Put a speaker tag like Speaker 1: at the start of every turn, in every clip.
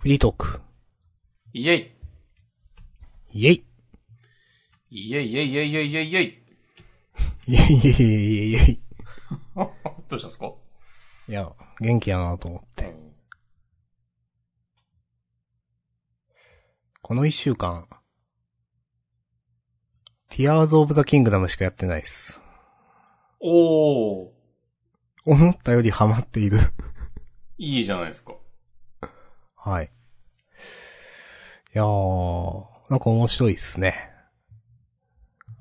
Speaker 1: フリートーク。
Speaker 2: イェイ
Speaker 1: イェイ
Speaker 2: イェイイェイイェイイェイイェイイェイ
Speaker 1: イェイイェイイェイイェイイェイ。
Speaker 2: どうしたんですか
Speaker 1: いや、元気やなと思って。この一週間、Tears of the Kingdom しかやってないっす。
Speaker 2: おー、
Speaker 1: 思ったよりハマっている。
Speaker 2: いいじゃないですか。
Speaker 1: はい。いやー、なんか面白いっすね。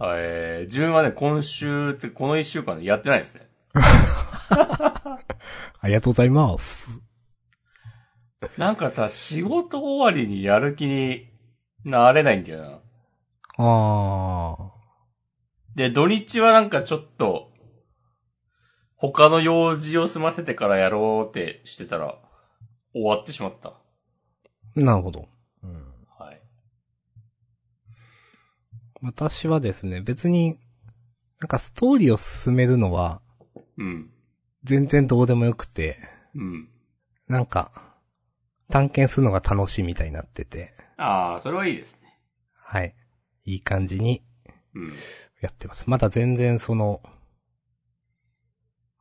Speaker 2: えー、自分はね、今週ってこの一週間でやってないですね。
Speaker 1: ありがとうございます。
Speaker 2: なんかさ、仕事終わりにやる気になれないんだよな。
Speaker 1: あ
Speaker 2: で、土日はなんかちょっと、他の用事を済ませてからやろうってしてたら、終わってしまった。
Speaker 1: ー、なるほど。
Speaker 2: はい。
Speaker 1: 私はですね、別に、なんかストーリーを進めるのは、
Speaker 2: うん。
Speaker 1: 全然どうでもよくて、
Speaker 2: うん。
Speaker 1: なんか、探検するのが楽しいみたいになってて、
Speaker 2: あー、それはいいですね。
Speaker 1: はい。いい感じに
Speaker 2: うん。
Speaker 1: やってます。まだ全然その、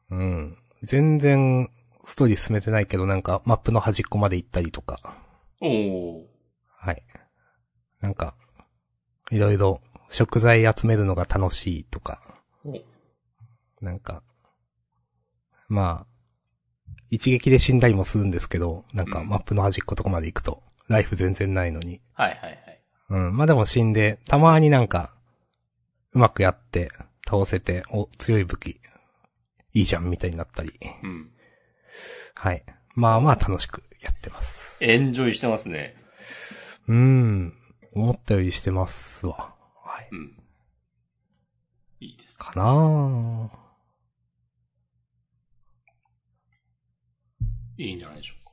Speaker 1: うん。全然、ストーリー進めてないけど、なんか、マップの端っこまで行ったりとか、
Speaker 2: おー。
Speaker 1: はい。なんか、いろいろ、食材集めるのが楽しいとか、
Speaker 2: お
Speaker 1: なんか、まあ、一撃で死んだりもするんですけど、なんか
Speaker 2: うん
Speaker 1: マップの端っことかまで行くと、ライフ全然ないのに。
Speaker 2: はいはいはい。
Speaker 1: うん、まあでも死んで、たまになんか、うまくやって、倒せて、お、強い武器、いいじゃん、みたいになったり。
Speaker 2: うん。
Speaker 1: はい。まあまあ楽しくやってます。
Speaker 2: エンジョイしてますね。
Speaker 1: うん、思ったよりしてますわ。はい。
Speaker 2: うん。いいですか。
Speaker 1: かなあ
Speaker 2: いいんじゃないでしょうか。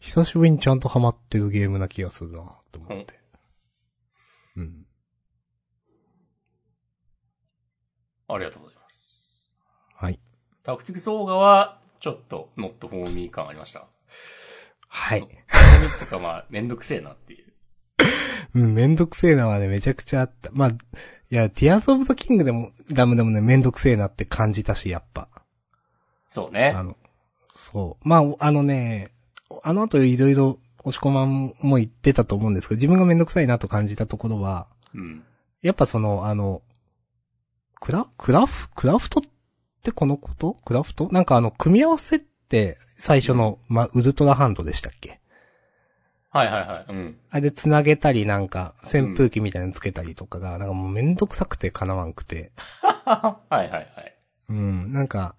Speaker 1: 久しぶりにちゃんとハマってるゲームな気がするな、と思って。うん。
Speaker 2: ありがとうございます。
Speaker 1: はい。
Speaker 2: タクティクスオーガは、ちょっと、ノットフォーミー感ありました。
Speaker 1: はい。
Speaker 2: フォーミーとか、まあ、めんどくせえなっていう。
Speaker 1: うん、めんどくせえなはね、めちゃくちゃあった。まあ、いや、ティアーズ・オブ・ザ・キングでも、ダムでもね、めんどくせえなって感じたし、やっぱ。
Speaker 2: そうね
Speaker 1: あ。の、そう。まあ、おあのね、あの後いろいろ、押し込まんも言ってたと思うんですけど、自分がめんどくさいなと感じたところは、
Speaker 2: うん。
Speaker 1: やっぱその、あの、クラ、クラフ、クラフトってこのことクラフトなんかあの、組み合わせって、最初の、まあ、ウルトラハンドでしたっけ
Speaker 2: はいはいはい。うん。
Speaker 1: あれで繋げたりなんか、扇風機みたいなのつけたりとかが、なんかもうめんどくさくてかなわんくて。
Speaker 2: はいはいはい。
Speaker 1: うん、なんか、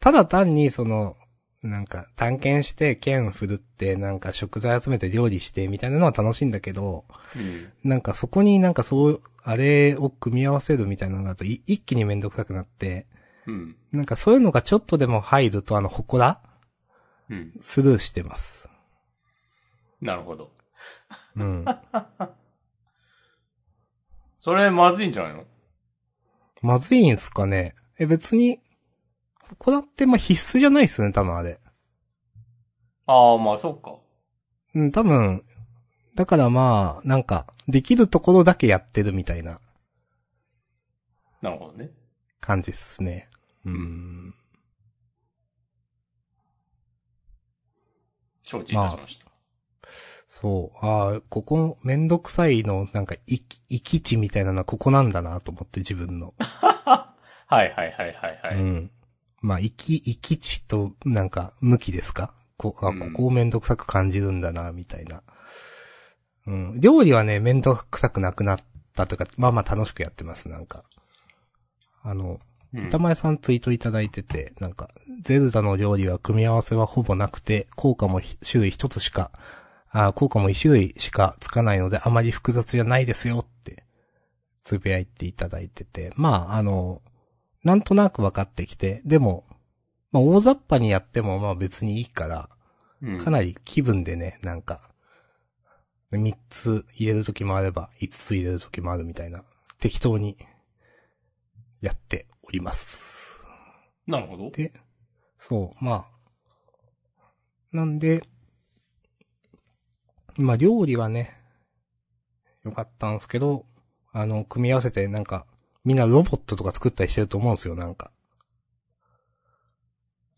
Speaker 1: ただ単にその、なんか探検して剣振るって、なんか食材集めて料理してみたいなのは楽しいんだけど、
Speaker 2: うん。
Speaker 1: なんかそこになんかそう、あれを組み合わせるみたいなのがあるとい一気にめんどくさくなって、
Speaker 2: うん。
Speaker 1: なんかそういうのがちょっとでも入るとあの、ほこら
Speaker 2: うん。
Speaker 1: スルーしてます。
Speaker 2: なるほど。
Speaker 1: うん。
Speaker 2: それ、まずいんじゃないの
Speaker 1: まずいんすかねえ、別に、ほこらってまあ必須じゃないっすよね、多分あれ。
Speaker 2: ああ、まあ、そっか。
Speaker 1: うん、多分、だからまあ、なんか、できるところだけやってるみたいな
Speaker 2: なるほどね。
Speaker 1: 感じっすね。うん。
Speaker 2: 承知いたしました。
Speaker 1: そう。ああ、ここ、めんどくさいの、なんか、いき、行き地みたいなのはここなんだなと思って、自分の。
Speaker 2: はいはいはいはいはい。
Speaker 1: うん。まあ、行き、行き地と、なんか、向きですかこ、あ、
Speaker 2: うん
Speaker 1: ここをめんどくさく感じるんだな、みたいな。うん。料理はね、めんどくさくなくなったというか、まあまあ楽しくやってます、なんか。あの、
Speaker 2: うん
Speaker 1: 板前さんツイートいただいてて、なんか、ゼルダの料理は組み合わせはほぼなくて、効果もひ種類一つしか、あー効果も一種類しかつかないので、あまり複雑じゃないですよって、つぶやいていただいてて、まあ、あの、なんとなく分かってきて、でも、まあ、大雑把にやっても、まあ別にいいから、
Speaker 2: うん
Speaker 1: かなり気分でね、なんか、3つ入れるときもあれば、5つ入れるときもあるみたいな、適当に、やっております。
Speaker 2: なるほど。
Speaker 1: で、そう、まあ、なんで、まあ料理はね、良かったんですけど、あの、組み合わせてなんか、みんなロボットとか作ったりしてると思うんですよ、なんか。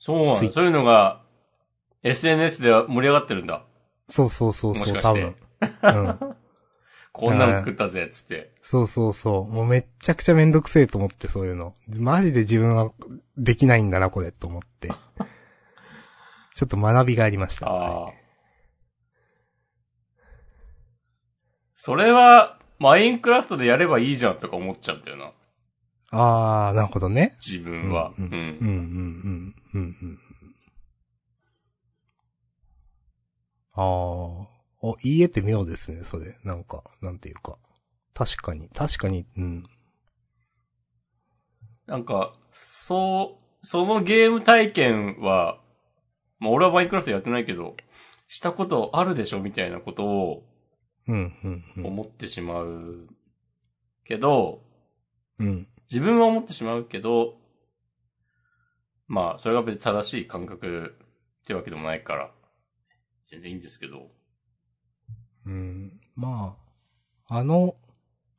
Speaker 2: そうな
Speaker 1: つ
Speaker 2: の
Speaker 1: い
Speaker 2: そういうのが、SNS では盛り上がってるんだ。
Speaker 1: そうそうそう
Speaker 2: もし
Speaker 1: そう、
Speaker 2: か
Speaker 1: 多
Speaker 2: して
Speaker 1: 分。うん。
Speaker 2: こんなの作ったぜ、つって。
Speaker 1: そうそうそう。もうめっちゃくちゃめんどくせえと思って、そういうの。マジで自分はできないんだな、これ、と思って。ちょっと学びがありました。
Speaker 2: あ
Speaker 1: は
Speaker 2: あ
Speaker 1: い。
Speaker 2: それは、マインクラフトでやればいいじゃんとか思っちゃうんだよな。
Speaker 1: あー、なるほどね。
Speaker 2: 自分は。
Speaker 1: うん、うん、うん、うん、うん、うん。あー。お、言えて妙ですね、それ。なんか、なんていうか。確かに、確かに、うん。
Speaker 2: なんか、そう、そのゲーム体験は、まあ俺はマインクラフトやってないけど、したことあるでしょみたいなことを
Speaker 1: うん、うん、うん。
Speaker 2: 思ってしまう。けど、
Speaker 1: うん。
Speaker 2: 自分は思ってしまうけど、まあ、それが別に正しい感覚ってわけでもないから、全然いいんですけど。
Speaker 1: うん。まあ、あの、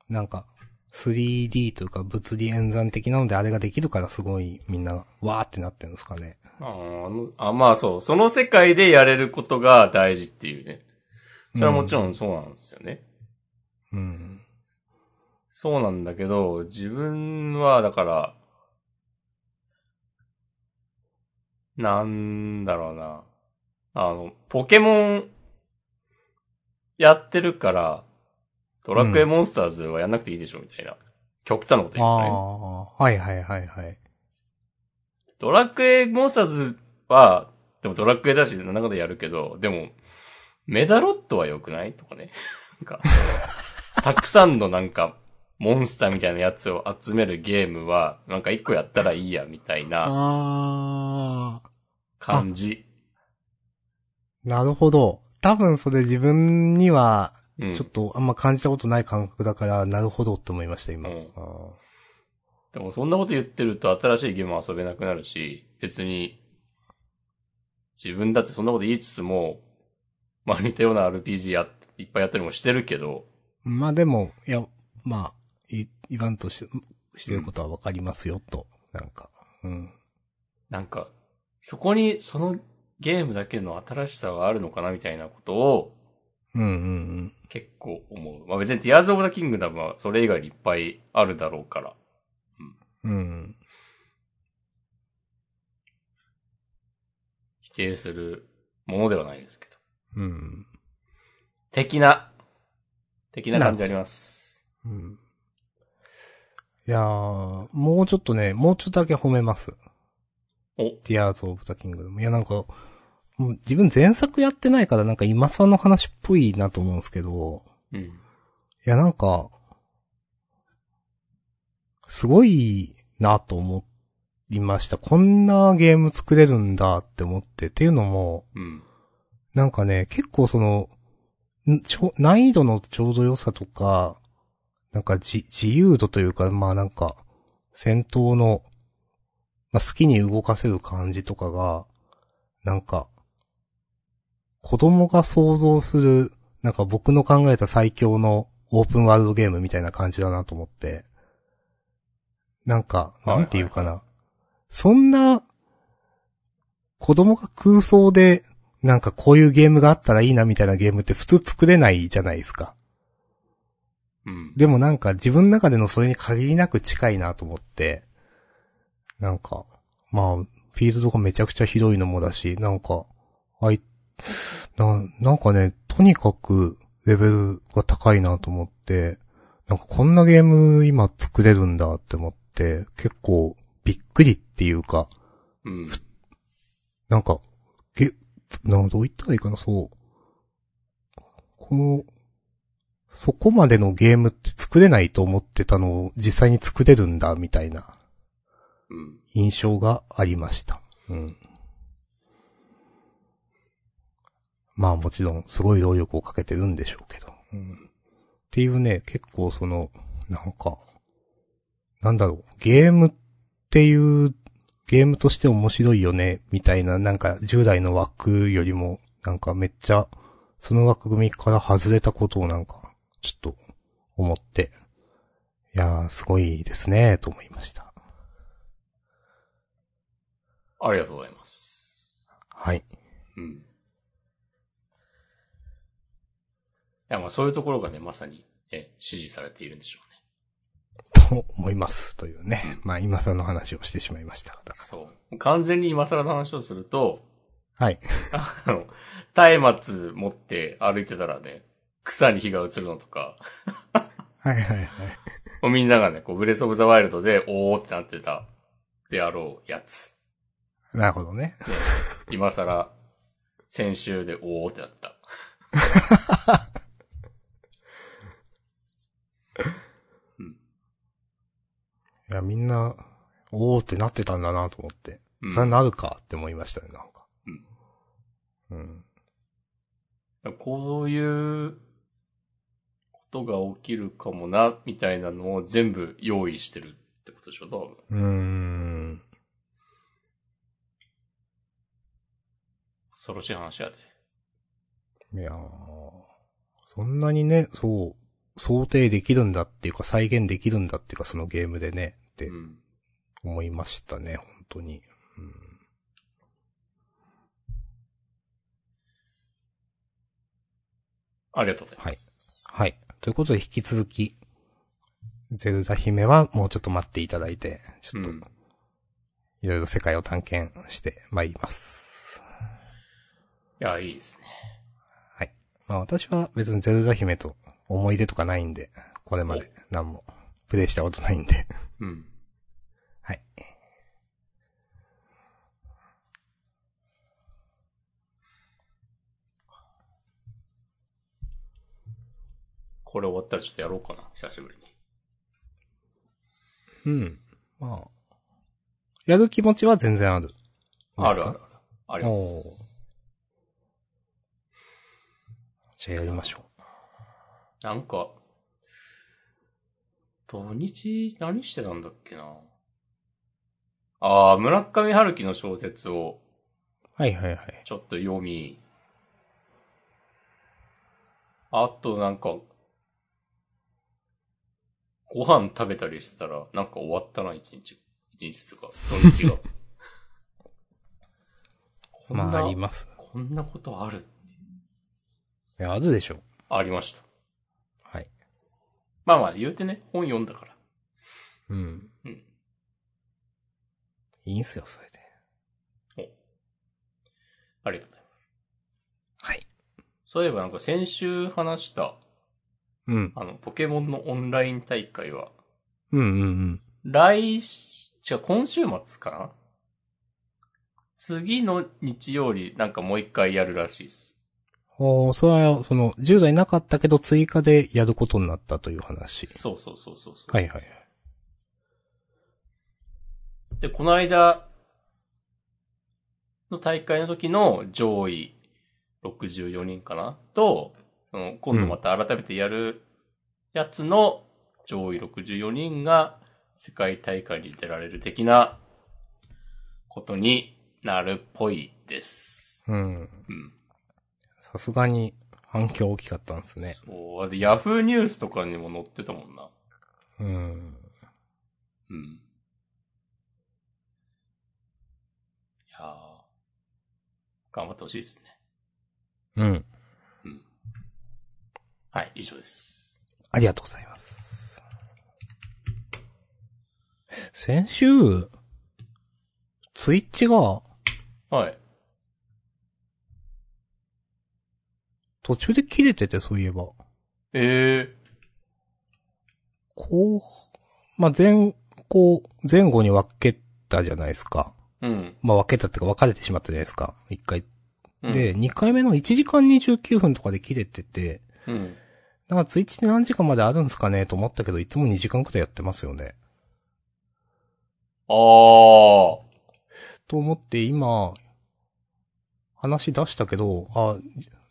Speaker 1: なんか、3D というか物理演算的なのであれができるからすごいみんな、わーってなってるんですかね。
Speaker 2: あーあのあ、まあそう。その世界でやれることが大事っていうね。それはもちろんそうなんですよね。
Speaker 1: うん。
Speaker 2: そうなんだけど、自分はだから、なんだろうな。あの、ポケモンやってるから、ドラクエモンスターズはやんなくていいでしょみたいな。極端なこ
Speaker 1: あ
Speaker 2: と言うからね。
Speaker 1: あー、はいはいはいはい。
Speaker 2: ドラクエモンスターズは、でもドラクエだし、なんだかんだやるけど、でも、メダロットは良くないとかね。 なんか、たくさんのなんか、モンスターみたいなやつを集めるゲームは、なんか一個やったらいいや、みたいな
Speaker 1: あ
Speaker 2: 感じ。
Speaker 1: ー、なるほど。多分それ自分には、
Speaker 2: うん。
Speaker 1: ちょっとあんま感じたことない感覚だから、なるほどって思いました、今。
Speaker 2: うん
Speaker 1: あー
Speaker 2: でもそんなこと言ってると新しいゲームは遊べなくなるし、別に、自分だってそんなこと言いつつも、まあ似たような RPG やっ、いっぱいやったりもしてるけど、
Speaker 1: まあでも、いや、まあ、い言わんとして、してることはわかりますよ、と。なんか。うん。
Speaker 2: なんか、そこにそのゲームだけの新しさがあるのかなみたいなことを
Speaker 1: うんうんうん。
Speaker 2: 結構思う。まあ別に Tears of the Kingdom はそれ以外にいっぱいあるだろうから。
Speaker 1: うん。
Speaker 2: 否定するものではないですけど。
Speaker 1: うん。
Speaker 2: 的な、的な感じあります。
Speaker 1: うん。いやー、もうちょっとね、もうちょっとだけ褒めます。
Speaker 2: お、
Speaker 1: Tears of the Kingdom。いや、なんか、もう自分前作やってないから、なんか今更の話っぽいなと思うんですけど、
Speaker 2: うん。
Speaker 1: いや、なんか、すごいなと思いました。こんなゲーム作れるんだって思って、っていうのも、
Speaker 2: うん。
Speaker 1: なんかね、結構その、んちょ難易度のちょうど良さとか、なんかじ、自由度というか、まあなんか、戦闘の、まあ好きに動かせる感じとかが、なんか、子供が想像する、なんか僕の考えた最強のオープンワールドゲームみたいな感じだなと思って、なんか、なんていうかな。そんな、子供が空想で、なんかこういうゲームがあったらいいなみたいなゲームって普通作れないじゃないですか。
Speaker 2: うん。
Speaker 1: でもなんか自分の中でのそれに限りなく近いなと思って、なんか、まあ、フィールドがめちゃくちゃ広いのもだし、なんか、あい、な、なんかね、とにかくレベルが高いなと思って、なんかこんなゲーム今作れるんだって思って、結構びっくりっていうか、
Speaker 2: うん。
Speaker 1: なんか、げ、つな、どう言ったらいいかな、そう。この、そこまでのゲームって作れないと思ってたのを実際に作れるんだ、みたいな
Speaker 2: うん。
Speaker 1: 印象がありました。うん。まあもちろん、すごい労力をかけてるんでしょうけど。うん。っていうね、結構その、なんか、なんだろう、ゲームっていうゲームとして面白いよね、みたいな、なんか従来の枠よりも、なんかめっちゃ、その枠組みから外れたことをなんか、ちょっと、思って、いやー、すごいですね、と思いました。
Speaker 2: ありがとうございます。
Speaker 1: はい。
Speaker 2: うん。いや、まあそういうところがね、まさに、え、支持されているんでしょうね。
Speaker 1: と思います、というね。まあ、今さの話をしてしまいましたが。
Speaker 2: そう。完全に今更の話をすると、
Speaker 1: はい。
Speaker 2: あの、松明持って歩いてたらね、草に火が移るのとか、
Speaker 1: はいはいはい。
Speaker 2: みんながね、こう、ブレスオブザワイルドで、おーってなってた、であろうやつ。
Speaker 1: なるほどね。
Speaker 2: 今更、先週で、おーってなってた。
Speaker 1: いや、みんな、おーってなってたんだなと思って。
Speaker 2: うん
Speaker 1: それなるかって思いましたね、なんか。
Speaker 2: うん
Speaker 1: うん。
Speaker 2: こういう、ことが起きるかもな、みたいなのを全部用意してるってことでしょ、多分。
Speaker 1: うーん。
Speaker 2: 恐ろしい話やで。
Speaker 1: いやーそんなにね、そう、想定できるんだっていうか、再現できるんだっていうか、そのゲームでね、って
Speaker 2: うん。
Speaker 1: 思いましたね、本当に。うん
Speaker 2: ありがとうございます。
Speaker 1: はい。ということで、引き続き、ゼルダ姫はもうちょっと待っていただいて、ちょっと、
Speaker 2: うん
Speaker 1: いろいろ世界を探検してまいります。
Speaker 2: い、や、いいですね。
Speaker 1: まあ私は別にゼルダ姫と思い出とかないんで、これまで何もプレイしたことないんで。
Speaker 2: うん。
Speaker 1: はい。
Speaker 2: これ終わったらちょっとやろうかな、久しぶりに。
Speaker 1: うん。まあ、やる気持ちは全然ある。
Speaker 2: あるある。ある。ありま
Speaker 1: おー
Speaker 2: す。
Speaker 1: じゃあやりましょ
Speaker 2: なんか、土日何してたんだっけな。ああ、村上春樹の小説を
Speaker 1: う。はいはいはい。
Speaker 2: ちょっと読み、あとなんか、ご飯食べたりしてたら、なんか終わったな、一日。一日とか、土 日が。こんな、
Speaker 1: まああります。
Speaker 2: こんなことある
Speaker 1: いや、あるでしょう。
Speaker 2: ありました。
Speaker 1: はい。
Speaker 2: まあまあ、言うてね、本読んだから。
Speaker 1: うん。
Speaker 2: うん
Speaker 1: いいんすよ、それで。
Speaker 2: ありがとうございます。
Speaker 1: はい。
Speaker 2: そういえばなんか先週話した、
Speaker 1: うん。
Speaker 2: あの、ポケモンのオンライン大会は、
Speaker 1: うんうんうん。
Speaker 2: 来し、違う、今週末かな次の日曜日、なんかもう一回やるらしいです。
Speaker 1: おーそれは、その、10代なかったけど追加でやることになったという話。
Speaker 2: そうそうそうそうそう。
Speaker 1: はいはい。
Speaker 2: で、この間の大会の時の上位64人かなと、その今度また改めてやるやつの上位64人が世界大会に出られる的なことになるっぽいです。
Speaker 1: うん。
Speaker 2: うん。
Speaker 1: さすがに反響大きかったんですね。
Speaker 2: おーで、ヤフーニュースとかにも載ってたもんな。
Speaker 1: うん。
Speaker 2: うん。いやー頑張ってほしいです
Speaker 1: う
Speaker 2: ね。
Speaker 1: ん。
Speaker 2: はい、以上です。
Speaker 1: ありがとうございます。先週、ツイッチが
Speaker 2: はい。
Speaker 1: 途中で切れてて、そういえば。
Speaker 2: え
Speaker 1: 後、まあ、前後、前後に分けたじゃないですか。
Speaker 2: えうん。
Speaker 1: まあ、分けたっていうか分かれてしまったじゃないですか。一回。
Speaker 2: うん、
Speaker 1: で、二回目の1時間29分とかで切れてて、
Speaker 2: うん。
Speaker 1: だからツイッチで何時間まであるんですかねと思ったけど、いつも2時間くらいやってますよね。
Speaker 2: あー。
Speaker 1: と思って今、話出したけど、あ、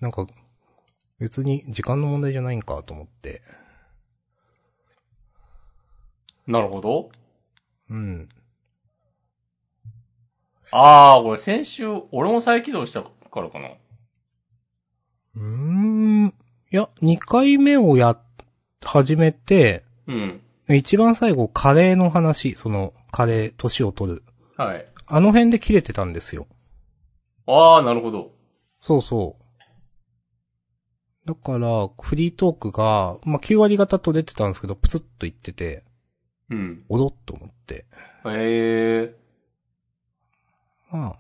Speaker 1: なんか、別に時間の問題じゃないんかと思って。
Speaker 2: なるほど。
Speaker 1: うん。
Speaker 2: ああ、これ先週、俺も再起動したからかな。
Speaker 1: うーん。いや、2回目をや、始めて、
Speaker 2: うん。
Speaker 1: 一番最後、カレーの話、その、カレー、年を取る。
Speaker 2: はい。
Speaker 1: あの辺で切れてたんですよ。
Speaker 2: ああ、なるほど。
Speaker 1: そうそう。だから、フリートークが、まあ、9割方と出てたんですけど、プツッといってて、
Speaker 2: うん。
Speaker 1: おどっと思って。
Speaker 2: へえ。
Speaker 1: まあ。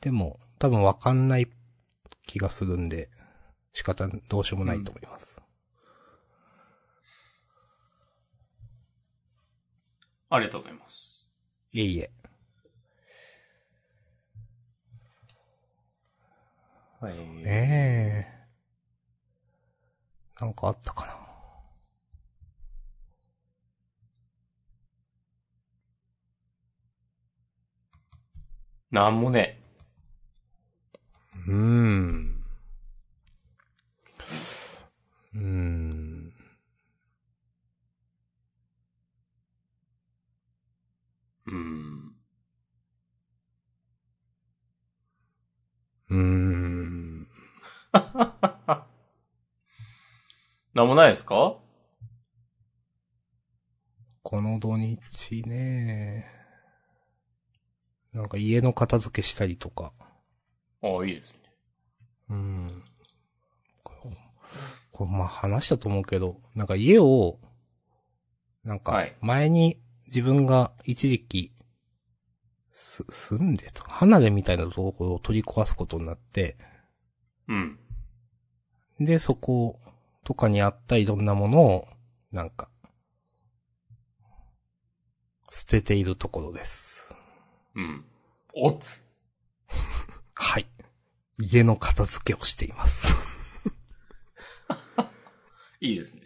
Speaker 1: でも、多分わかんない気がするんで、仕方どうしようもないと思います。
Speaker 2: ありがとうございます。
Speaker 1: いえいえ。
Speaker 2: はい。
Speaker 1: ねえ。なんかあったかな。
Speaker 2: なんもね。
Speaker 1: うーん。うーん。
Speaker 2: うん。
Speaker 1: うーん。
Speaker 2: なんもないですか
Speaker 1: この土日ねなんか家の片付けしたりとか。
Speaker 2: ああ、いいですね。
Speaker 1: うん。これ、これまあ話したと思うけど、なんか家を、なん
Speaker 2: は
Speaker 1: か
Speaker 2: い、
Speaker 1: 前に自分が一時期、す、住んでた、離れみたいなところを取り壊すことになって、
Speaker 2: うん。
Speaker 1: で、そことかにあったいろんなものを、なんか、捨てているところです。
Speaker 2: うん。おつ。
Speaker 1: はい。家の片付けをしています。
Speaker 2: いいですね。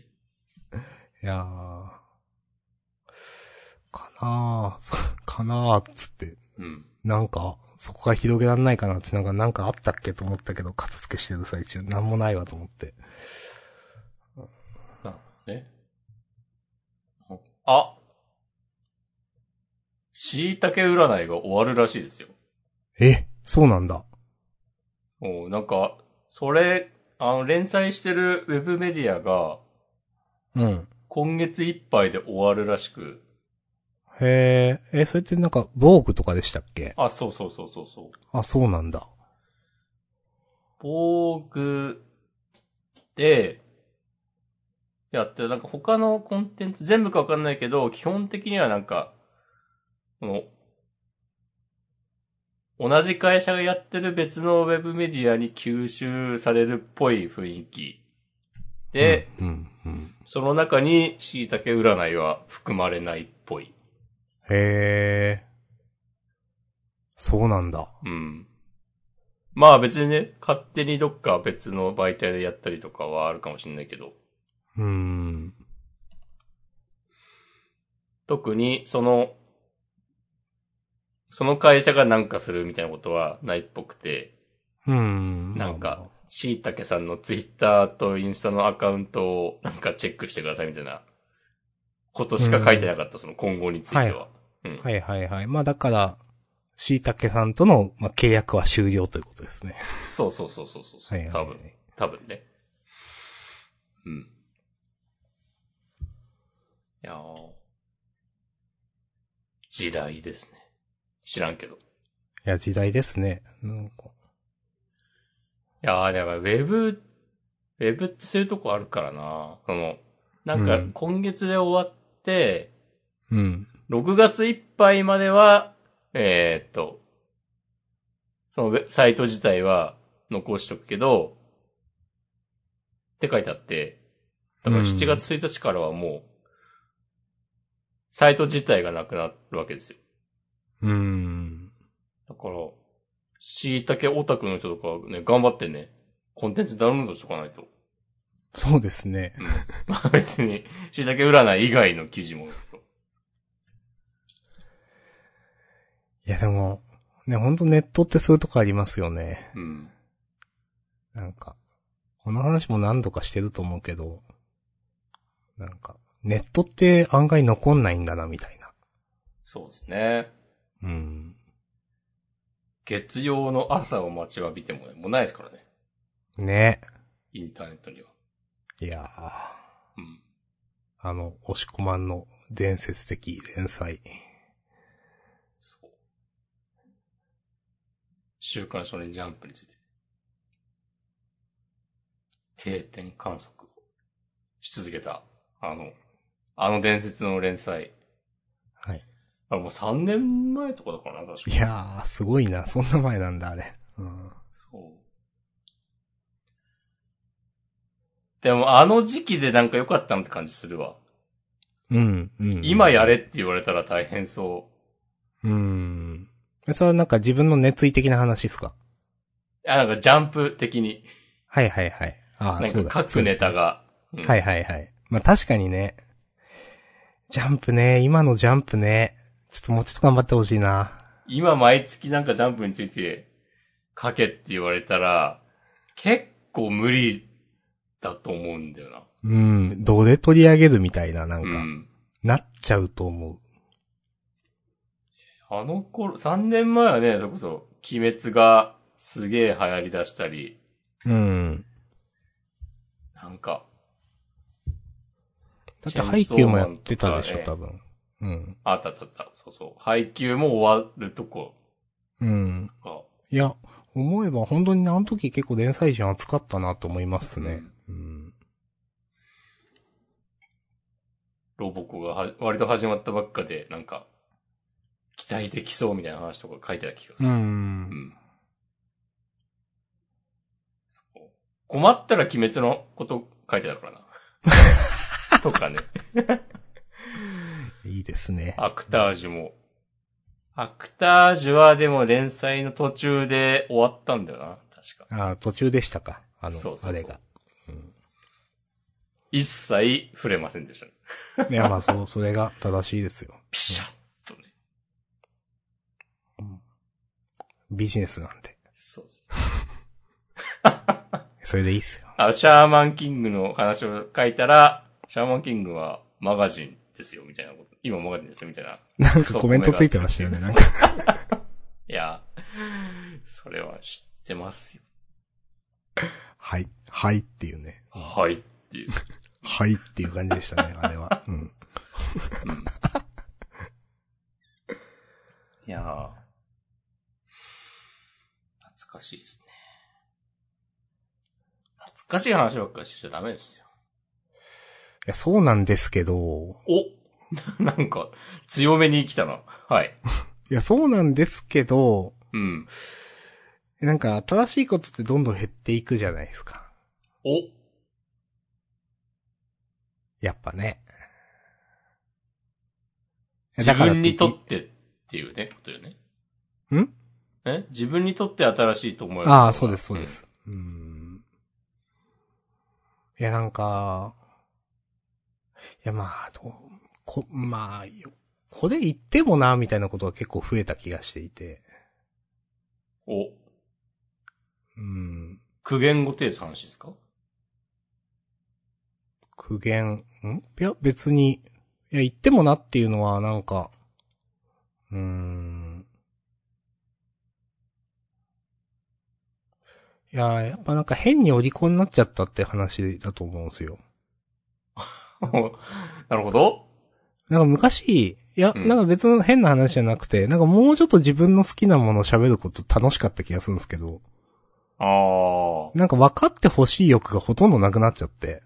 Speaker 1: いやー。かなー、 そかなーっつって、
Speaker 2: うん。
Speaker 1: なんか、そこが広げらんないかなって、なんか、なんかあったっけと思ったけど、片付けしてる最中、なんもないわと思って。
Speaker 2: なるほどね。あ椎茸占いが終わるらしいですよ。
Speaker 1: え、そうなんだ。
Speaker 2: おうなんか、それ、あの、連載してるウェブメディアが、
Speaker 1: うん。
Speaker 2: 今月いっぱいで終わるらしく、
Speaker 1: へーえ、それってなんか、防具とかでしたっけ
Speaker 2: あ、そうそうそうそうそう。
Speaker 1: あ、そうなんだ。
Speaker 2: 防具で、やって、なんか他のコンテンツ全部かわかんないけど、基本的にはなんか、この、同じ会社がやってる別のウェブメディアに吸収されるっぽい雰囲気。で、
Speaker 1: うん、うん。
Speaker 2: その中に椎茸占いは含まれないっぽい。
Speaker 1: へえ。そうなんだ。
Speaker 2: うん。まあ別にね、勝手にどっか別の媒体でやったりとかはあるかもしれないけど。
Speaker 1: うーん。
Speaker 2: 特に、その、その会社がなんかするみたいなことはないっぽくて、
Speaker 1: うーん。
Speaker 2: な
Speaker 1: ま
Speaker 2: ん
Speaker 1: あま
Speaker 2: か
Speaker 1: あ、
Speaker 2: しいたけさんのツイッターとインスタのアカウントをなんかチェックしてくださいみたいなことしか書いてなかった、その今後については。うん。
Speaker 1: はいはいはい。まあだから、椎茸さんとの、まあ、契約は終了ということですね。
Speaker 2: そうそうそうそうそう。
Speaker 1: はいはいはい
Speaker 2: 多分。多分ね。うん。いやー時代ですね。知らんけど。
Speaker 1: いや、時代ですね。なんか。
Speaker 2: いやー、だからウェブ、ウェブってそういうとこあるからな。その、なんか
Speaker 1: うん
Speaker 2: 今月で終わって、
Speaker 1: うん。
Speaker 2: 6月いっぱいまでは、えーっと、そのウェサイト自体は残しとくけど、って書いてあって、だから
Speaker 1: うん
Speaker 2: 7月1日からはもう、サイト自体がなくなるわけですよ。
Speaker 1: うーん。
Speaker 2: だから、椎茸オタクの人とかはね、頑張ってね、コンテンツダウンロードしとかないと。
Speaker 1: そうですね。
Speaker 2: まあ 別に、椎茸占い以外の記事も。
Speaker 1: いや、でも、ね、ほんとネットってそういうとこありますよね。
Speaker 2: うん。
Speaker 1: なんか。この話も何度かしてると思うけど、なんか、ネットって案外残んないんだな、みたいな。
Speaker 2: そうですね。
Speaker 1: うん。
Speaker 2: 月曜の朝を待ちわびてもね、もうないですからね。
Speaker 1: ね。
Speaker 2: インターネットには。
Speaker 1: いやー、
Speaker 2: うん。
Speaker 1: あの、押し込まんの伝説的連載。
Speaker 2: そう。週刊少年ジャンプについて。定点観測をし続けた、あの、あの伝説の連載。
Speaker 1: はい。
Speaker 2: あれもう3年前とかだからな、確か
Speaker 1: いやー、すごいな。そんな前なんだ、あれ。うん。
Speaker 2: そう。でも、あの時期でなんか良かったなって感じするわ。
Speaker 1: うん、うん。
Speaker 2: 今やれって言われたら大変そう。
Speaker 1: うん。えそれはなんか自分の熱意的な話ですか
Speaker 2: あ、なんかジャンプ的に。
Speaker 1: はいはいはい。ああ、
Speaker 2: なん
Speaker 1: そ
Speaker 2: か
Speaker 1: うだ。
Speaker 2: 各ネタが。。
Speaker 1: そうですね。はいいはいはい。まあ確かにね。ジャンプね、今のジャンプね。ちょっともうちょっと頑張ってほしいな。
Speaker 2: 今毎月なんかジャンプについて書けって言われたら、結構無理だと思うんだよな。
Speaker 1: うん。どれ取り上げるみたいな、なん
Speaker 2: う
Speaker 1: か、
Speaker 2: ん。
Speaker 1: なっちゃうと思う。
Speaker 2: あの頃、3年前はね、それこそ、鬼滅がすげえ流行り出したり、
Speaker 1: うん。
Speaker 2: なんか、
Speaker 1: だって配給もやってたでしょ、
Speaker 2: チェーンソ
Speaker 1: 多分。うん。
Speaker 2: あったあったあった。そうそう。配給も終わるとこ
Speaker 1: うん。
Speaker 2: が。
Speaker 1: いや、思えば本当にあの時結構連載陣熱かったなと思いますね。うん。
Speaker 2: ロボコがは割と始まったばっかで、なんか、期待できそうみたいな話とか書いてた気がす
Speaker 1: う
Speaker 2: る。
Speaker 1: ん
Speaker 2: う。んそう困ったら鬼滅のこと書いてたからな。 とかね。
Speaker 1: いいですね。
Speaker 2: アクタージュも。アクタージュはでも連載の途中で終わったんだよな。確か。
Speaker 1: ああ、途中でしたか。あの、
Speaker 2: そうそ
Speaker 1: あ
Speaker 2: うそう
Speaker 1: れが。
Speaker 2: 一切触れませんでしたね。
Speaker 1: いや、まあ、そう、それが正しいですよ。
Speaker 2: ピシャッとね。
Speaker 1: ビジネスなんで。
Speaker 2: そうそう。
Speaker 1: それでいいっすよ。
Speaker 2: あ、シャーマンキングの話を書いたら、シャーマンキングはマガジンですよ、みたいなこと。今マガジンですよ、みたいな。
Speaker 1: なんかコメントついてましたよね、なんか。
Speaker 2: いや、それは知ってますよ。
Speaker 1: はい、はいっていうね。
Speaker 2: はいっていう。
Speaker 1: はいっていう感じでしたね、 あれは。うん。
Speaker 2: うんいやー懐かしいですね。懐かしい話ばっかりしちゃダメですよ。
Speaker 1: いや、そうなんですけど、
Speaker 2: お なんか、強めに来たな。はい。
Speaker 1: いや、そうなんですけど、
Speaker 2: うん。
Speaker 1: なんか新しいことってどんどん減っていくじゃないですか。
Speaker 2: お
Speaker 1: やっぱね。
Speaker 2: 自分にと
Speaker 1: だ
Speaker 2: っ
Speaker 1: か
Speaker 2: てっていうね、ことよね。
Speaker 1: ん
Speaker 2: え自分にとって新しいと思
Speaker 1: ら
Speaker 2: える
Speaker 1: ああ、そうです、そうで。す。うん。いや、なんか、いや、まあ、どう、こ、まあ、よこれ言ってもな、みたいなことが結構増えた気がしていて。
Speaker 2: うんお、
Speaker 1: うん。
Speaker 2: 苦言語定数話ですか
Speaker 1: 苦言、んいや、別に、いや、言ってもなっていうのは、なんか、うーん。いや、やっぱなんか変にお利口になっちゃったって話だと思うんですよ。
Speaker 2: なるほど。
Speaker 1: なんか昔、いや、
Speaker 2: うん
Speaker 1: なんか別の変な話じゃなくて、なんかもうちょっと自分の好きなものを喋ること楽しかった気がするんですけど、
Speaker 2: あ
Speaker 1: なんか分かってほしい欲がほとんどなくなっちゃって。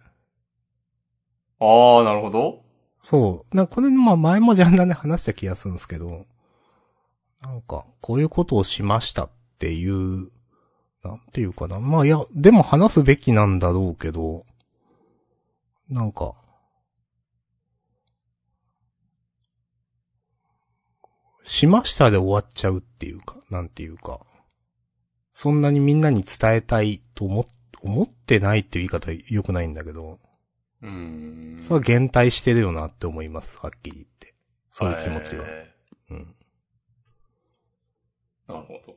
Speaker 2: あ。ああ、なるほど。
Speaker 1: そう。なんかこれ、まあ前もジャンダンで話した気がするんですけど、なんか、こういうことをしましたっていう、なんていうかな。まあいや、でも話すべきなんだろうけど、なんか、しましたで終わっちゃうっていうか、なんていうか、そんなにみんなに伝えたいと思っ、思ってないっていう言い方良くないんだけど、
Speaker 2: うーん。
Speaker 1: それは減退してるよなって思います、はっきり言って。そういう気持ちは。
Speaker 2: え
Speaker 1: うん。
Speaker 2: ーなるほど。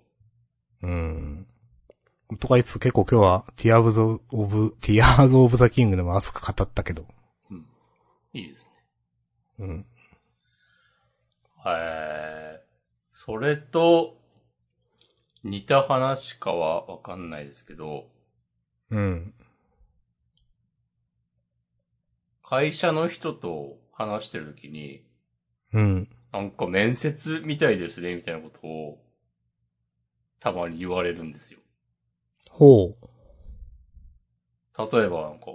Speaker 1: うん。とか言いつつ結構今日は、ティアーズ・オブ、ティアーズ・オブ・ザ・キングでも熱く語ったけど。
Speaker 2: いいですね。
Speaker 1: うん。
Speaker 2: えー、それと、似た話かはわかんないですけど、
Speaker 1: うん。
Speaker 2: 会社の人と話してるときに、
Speaker 1: うん。
Speaker 2: なんか面接みたいですね、みたいなことを、たまに言われるんですよ。
Speaker 1: ほう。
Speaker 2: 例えばなんか、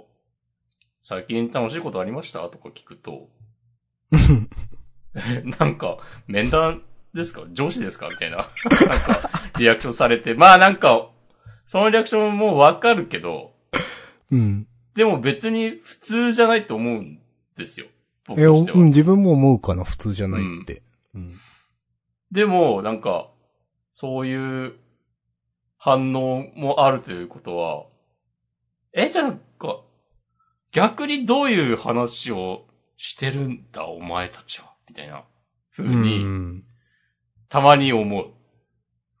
Speaker 2: 最近楽しいことありましたとか聞 くと、なんか、面談ですか上司ですかみたいな、なんか、リアクションされて、まあなんか、そのリアクションもわかるけど、
Speaker 1: うん。
Speaker 2: でも別に普通じゃないと思うんですよ。僕
Speaker 1: え、
Speaker 2: とし
Speaker 1: お
Speaker 2: ては。
Speaker 1: うん自分も思うかな、普通じゃないって。うん。
Speaker 2: でも、なんか、そういう反応もあるということは、え、じゃあなんか、逆にどういう話をしてるんだ、お前たちは、みたいな風
Speaker 1: う
Speaker 2: に、
Speaker 1: ん。
Speaker 2: たまに思う。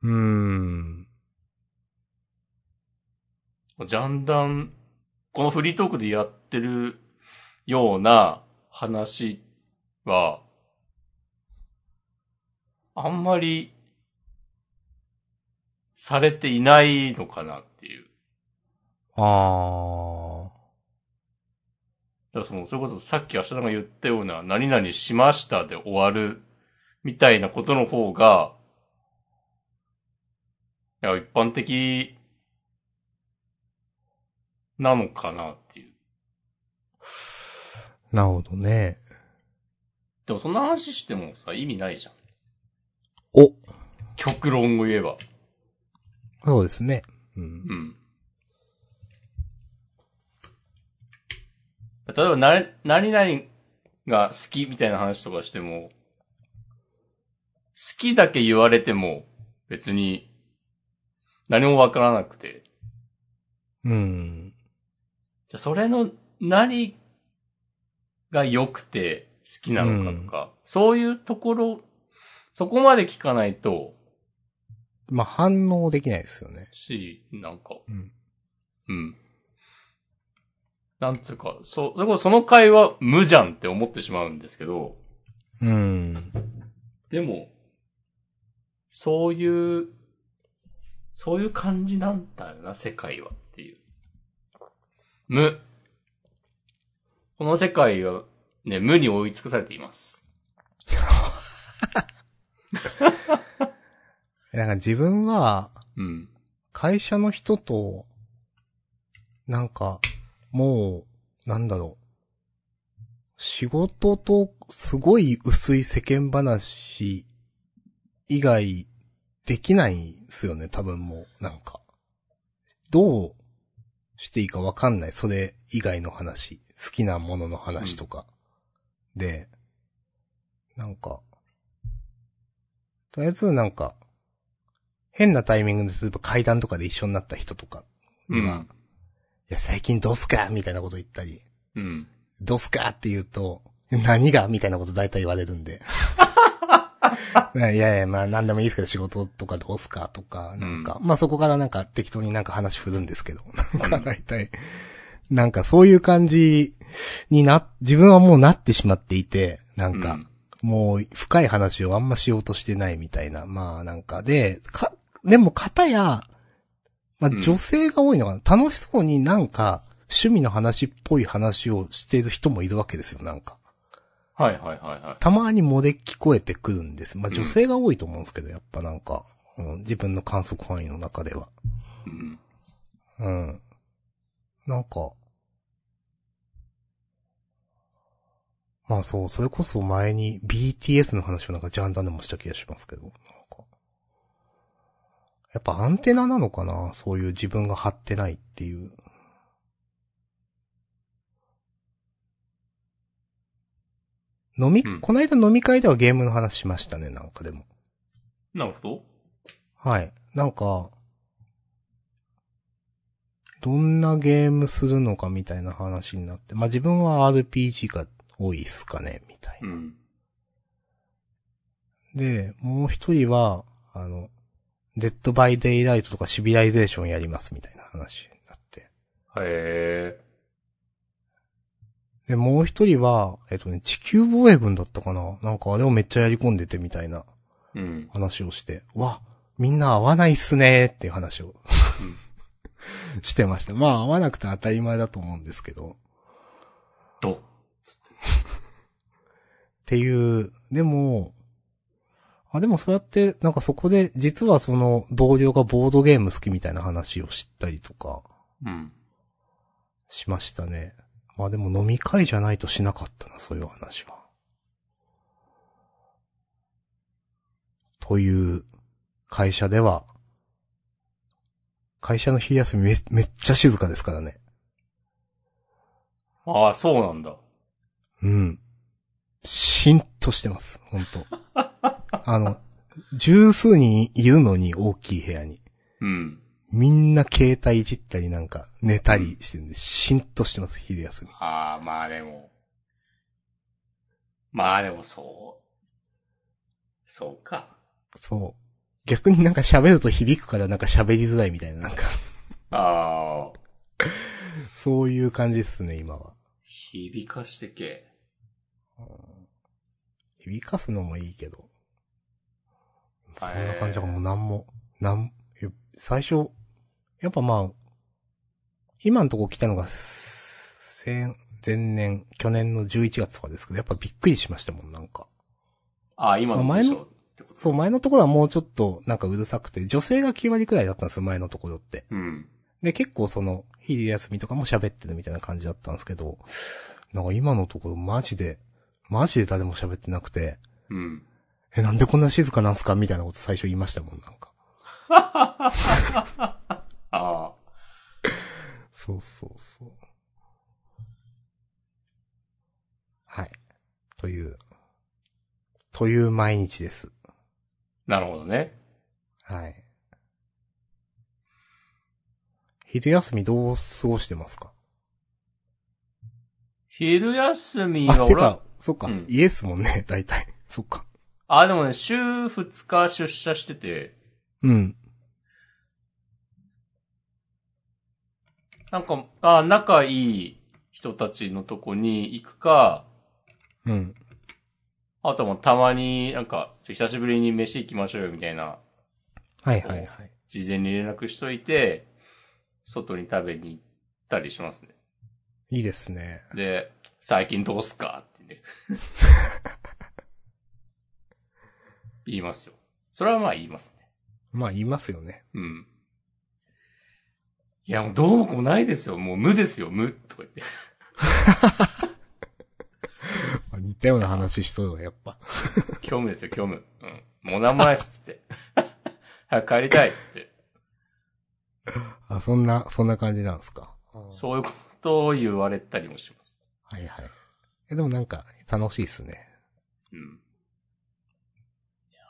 Speaker 1: うん。
Speaker 2: ジャンダン、このフリートークでやってるような話は、あんまり、されていないのかなっていう。
Speaker 1: あ
Speaker 2: だからその、それこそさっき明日さんが言ったような、何々しましたで終わる、みたいなことの方が、いや、一般的、なのかなっていう。
Speaker 1: ー。なるほどね。
Speaker 2: でもそんな話してもさ、意味ないじゃん。
Speaker 1: お。
Speaker 2: 極論を言えば。
Speaker 1: そうですね。うん。
Speaker 2: うん。例えば、なれ、何々が好きみたいな話とかしても、好きだけ言われても、別に、何もわからなくて、
Speaker 1: うん。
Speaker 2: じゃあそれの何が良くて好きなのかとか、そういうところ、そこまで聞かないと、
Speaker 1: まあ、反応できないですよね。
Speaker 2: し、なんか、
Speaker 1: うん。
Speaker 2: うん。なんつうか、そ、そこその会話無じゃんって思ってしまうんですけど、
Speaker 1: うん。
Speaker 2: でも、そういう、そういう感じなんだよな、世界はっていう。無。この世界は、ね、無に追い尽くされています。
Speaker 1: なんか自分は、
Speaker 2: うん。
Speaker 1: 会社の人と、なんか、もう、なんだろう。仕事とすごい薄い世間話以外できないっすよね、多分もう、なんか。どうしていいかわかんない、それ以外の話。好きなものの話とか。で、なんか、とりあえずなんか、変なタイミングで、例えば階段とかで一緒になった人とかには、
Speaker 2: うん
Speaker 1: いや、最近どうすかみたいなこと言ったり、
Speaker 2: うん。
Speaker 1: どうすかって言うと、何がみたいなこと大体言われるんで。いやいや、まあ何でもいいですけど仕事とかどうすかとか、なんか、まあそこからなんか適当になんか話振るんですけど、なんか大体、なんかそういう感じにな、自分はもうなってしまっていて、なんか、
Speaker 2: うん
Speaker 1: もう深い話をあんましようとしてないみたいな、まあなんかで、か、でも方や、まあ
Speaker 2: うん
Speaker 1: 女性が多いのかな、楽しそうになんか趣味の話っぽい話をしている人もいるわけですよ、なんか。
Speaker 2: はいはいはいはい。
Speaker 1: たまに漏れ聞こえてくるんです。まあ女性が多いと思うんですけど、やっぱなんか、うん自分の観測範囲の中では。
Speaker 2: うん。
Speaker 1: うん。なんか、まあそう、それこそ前に BTS の話をなんかジャンダンでもした気がしますけど、なんか。やっぱアンテナなのかなそういう自分が張ってないっていう。飲み、
Speaker 2: うん
Speaker 1: この間飲み会ではゲームの話しましたね、なんかでも。
Speaker 2: なるほど。
Speaker 1: はい。なんか、どんなゲームするのかみたいな話になって、まあ、自分は RPG が多いっすかね、みたいうな。
Speaker 2: ん。
Speaker 1: で、もう一人は、あの、デッドバイデイライトとかシビライゼーションやりますみたいな話になって。
Speaker 2: へ
Speaker 1: で、もう一人は、えっとね、地球防衛軍だったかななんかあれをめっちゃやり込んでてみたいな
Speaker 2: え。うん。
Speaker 1: 話をして、わ、みんな合わないっすねーっていう話をしてました。まあ合わなくて当たり前だと思うんですけど。
Speaker 2: と。
Speaker 1: っていう、でも、あ、でもそうやって、なんかそこで、実はその同僚がボードゲーム好きみたいな話を知ったりとか
Speaker 2: うん。
Speaker 1: しましたね。まあでも飲み会じゃないとしなかったな、そういう話は。という会社では、会社の昼休みめめっちゃ静かですからね。
Speaker 2: ああ、そうなんだ。
Speaker 1: うん。しんとしてます、本当あの、十数人いるのに、大きい部屋に。
Speaker 2: うん。
Speaker 1: みんな携帯いじったりなんか、寝たりしてるんで、しんとしてます、昼休み。
Speaker 2: ああ、まあでも。まあでもそう。そうか。
Speaker 1: そう。逆になんか喋ると響くからなんか喋りづらいみたいな、なんか、
Speaker 2: ああ、
Speaker 1: そういう感じですね、今は。
Speaker 2: 響かしてけ。
Speaker 1: 響かすのもいいけど。そん
Speaker 2: はい
Speaker 1: な感じだからもうなんも、なん、え最初、やっぱまあ、今のとこ来たのが、す先、前年、去年の11月とかですけど、やっぱびっくりしましたもん、なんか。
Speaker 2: ああ、今の
Speaker 1: まあ
Speaker 2: で
Speaker 1: 前
Speaker 2: し
Speaker 1: の
Speaker 2: ょってこと
Speaker 1: そう、前のところはもうちょっと、なんかうるさくて、女性が9割くらいだったんですよ、前のところって。
Speaker 2: うん。
Speaker 1: で、結構その、昼休みとかも喋ってるみたいな感じだったんですけど、なんか今のところマジで、マジで誰も喋ってなくて、
Speaker 2: うん。
Speaker 1: え、なんでこんな静かなんすかみたいなこと最初言いましたもん、なんか。
Speaker 2: ああ。
Speaker 1: そうそうそう。はい。という、という毎日です。
Speaker 2: なるほどね。
Speaker 1: はい。昼休みどう過ごしてますか
Speaker 2: 昼休み
Speaker 1: あ、
Speaker 2: が
Speaker 1: て
Speaker 2: 俺は
Speaker 1: か、、そっか、
Speaker 2: うん
Speaker 1: イエスもんね、大体。そっか。
Speaker 2: あ、でもね、週2日出社してて、
Speaker 1: うん。
Speaker 2: なんか、あ、仲いい人たちのとこに行くか、
Speaker 1: うん。
Speaker 2: あともうたまになんか、ちょ久しぶりに飯行きましょうよみたいな、
Speaker 1: はいはいはい。
Speaker 2: 事前に連絡しといて、外に食べに行ったりしますね。
Speaker 1: いいですね。
Speaker 2: で、最近どうすかってね。言いますよ。それはまあ言いますね。
Speaker 1: まあ、言いますよね。
Speaker 2: うん。いや、もうどうもこうもないですよ。もう無ですよ、無。とか言って。
Speaker 1: まあ似たような話しとるわ、やっぱ。
Speaker 2: 虚無ですよ、虚無。うん。もうなんもないっす、つって。早く帰りたい、っつって。
Speaker 1: あ、そんな、そんな感じなんですか。は
Speaker 2: そういうことを言われたりもします。
Speaker 1: いはい。え、でもなんか、楽しいっすね。
Speaker 2: うん。いや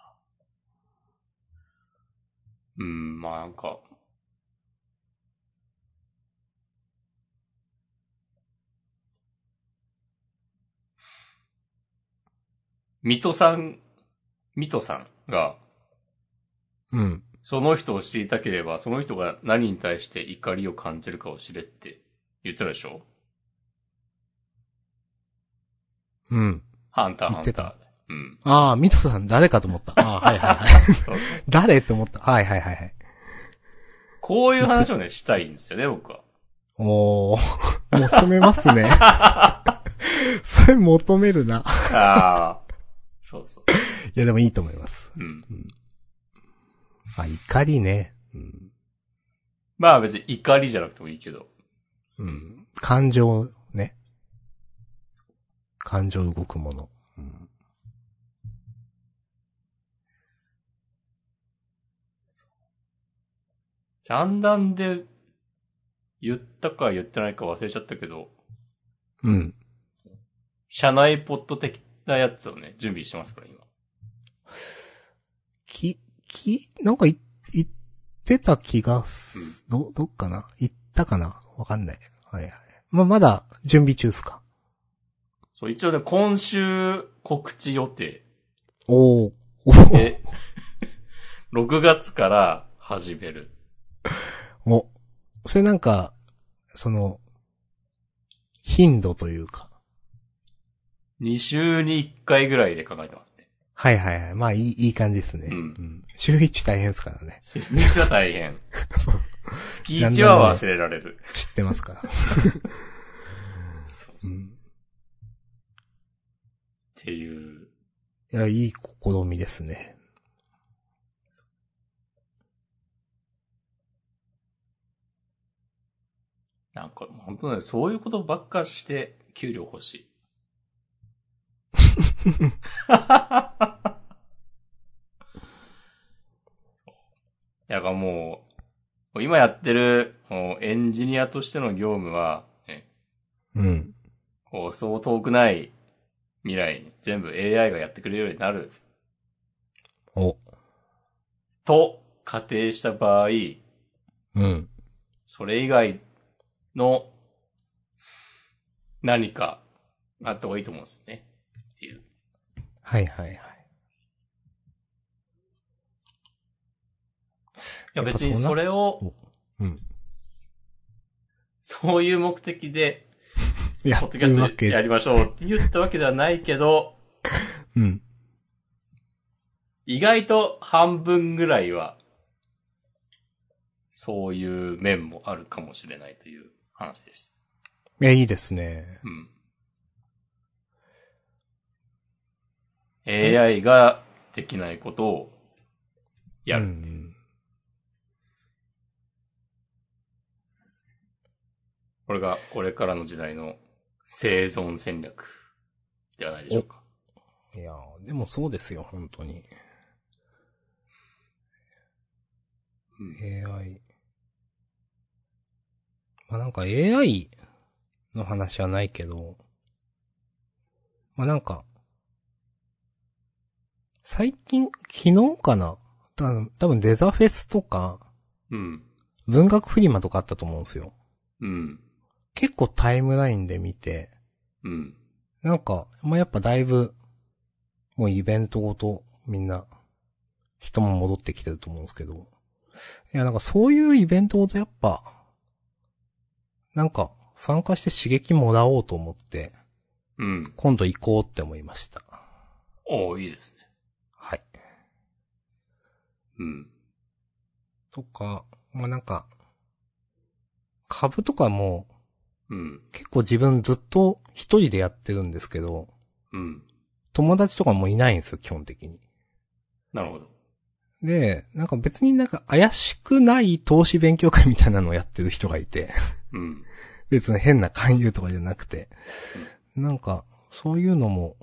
Speaker 2: うん、まあなんか。水戸さん、水戸さんが、
Speaker 1: うん。
Speaker 2: その人を知りたければ、その人が何に対して怒りを感じるかを知れって言ってたでしょ
Speaker 1: うん。
Speaker 2: ハンターハンター。
Speaker 1: 言ってた。
Speaker 2: うん。
Speaker 1: ああ、ミトさん誰かと思った。ああ、はいはいはい。
Speaker 2: そう
Speaker 1: 誰って思った。はいはいはいはい。
Speaker 2: こういう話をね、したいんですよね、僕は。
Speaker 1: おー、 求めますね。 それ求めるな。
Speaker 2: ああ。そうそう。
Speaker 1: いや、でもいいと思います。
Speaker 2: うん。
Speaker 1: あ、怒りね。うん。
Speaker 2: まあ別に怒りじゃなくてもいいけど。
Speaker 1: うん。感情ね。感情動くもの。うん。
Speaker 2: ジャンダンで言ったか言ってないか忘れちゃったけど、
Speaker 1: うん。
Speaker 2: 社内ポット的なやつをね、準備してますから、今。
Speaker 1: き、き、なんかい、言ってた気がす、ど、どっかな言ったかなわかんない。はいはい。まあ、まだ準備中っすか
Speaker 2: そう、一応ね、今週告知予定
Speaker 1: おー、おー、
Speaker 2: で、6月から始める。
Speaker 1: お、 それなんか、その、頻度というか。
Speaker 2: 2週に1回ぐらいで考えてますね。
Speaker 1: はいはいはい。まあ、いい、いい感じですね。
Speaker 2: うん
Speaker 1: 週1大変ですからね。
Speaker 2: 週1は大変。
Speaker 1: そう
Speaker 2: 月1は忘れられる。
Speaker 1: 知ってます から。
Speaker 2: そうっ
Speaker 1: うん。
Speaker 2: ていう。
Speaker 1: いや、いい試みですね。
Speaker 2: なんか、本当ね、そういうことばっかして、給料欲しい。いや、だからもう、今やってる、もうエンジニアとしての業務は、ね、
Speaker 1: うん。
Speaker 2: こう、そう遠くない未来に全部 AI がやってくれるようになる
Speaker 1: お。
Speaker 2: と仮定した場合、
Speaker 1: うん。
Speaker 2: それ以外の何かあった方がいいと思うんですよね。っていう。
Speaker 1: はいはいはい。
Speaker 2: い
Speaker 1: や
Speaker 2: や
Speaker 1: っぱ
Speaker 2: 別に
Speaker 1: そんな
Speaker 2: それを、
Speaker 1: うん。
Speaker 2: そういう目的で、
Speaker 1: や
Speaker 2: ポッ
Speaker 1: って
Speaker 2: ドキャ
Speaker 1: るわ
Speaker 2: スト
Speaker 1: け。
Speaker 2: やりましょうって言ったわけではないけど、
Speaker 1: うん。
Speaker 2: 意外と半分ぐらいは、そういう面もあるかもしれないという話でした。
Speaker 1: いや、いいですね。
Speaker 2: うん。AI ができないことをや
Speaker 1: う
Speaker 2: る。
Speaker 1: ん。
Speaker 2: これがこれからの時代の生存戦略ではないでしょうか。
Speaker 1: いやー、でもそうですよ、本当に。
Speaker 2: うん
Speaker 1: AI。まあなんか AI の話はないけど、まあなんか、最近、昨日かな多分多分デザフェスとか、
Speaker 2: うん。
Speaker 1: 文学フリマとかあったと思うんですよ。
Speaker 2: うん。
Speaker 1: 結構タイムラインで見て、
Speaker 2: うん。
Speaker 1: なんか、まあ、やっぱだいぶ、もうイベントごと、みんな、人も戻ってきてると思うんですけど。いや、なんかそういうイベントごとやっぱ、なんか、参加して刺激もらおうと思って、
Speaker 2: うん。
Speaker 1: 今度行こうって思いました。
Speaker 2: おおいいですね。
Speaker 1: はい。
Speaker 2: うん。
Speaker 1: とか、まあ、なんか、株とかも、
Speaker 2: うん。
Speaker 1: 結構自分ずっと一人でやってるんですけど、
Speaker 2: うん。
Speaker 1: 友達とかもいないんですよ、基本的に。
Speaker 2: なるほど。
Speaker 1: で、なんか別になんか怪しくない投資勉強会みたいなのをやってる人がいて、
Speaker 2: うん。
Speaker 1: 別に変な勧誘とかじゃなくて、なんかそういうのも、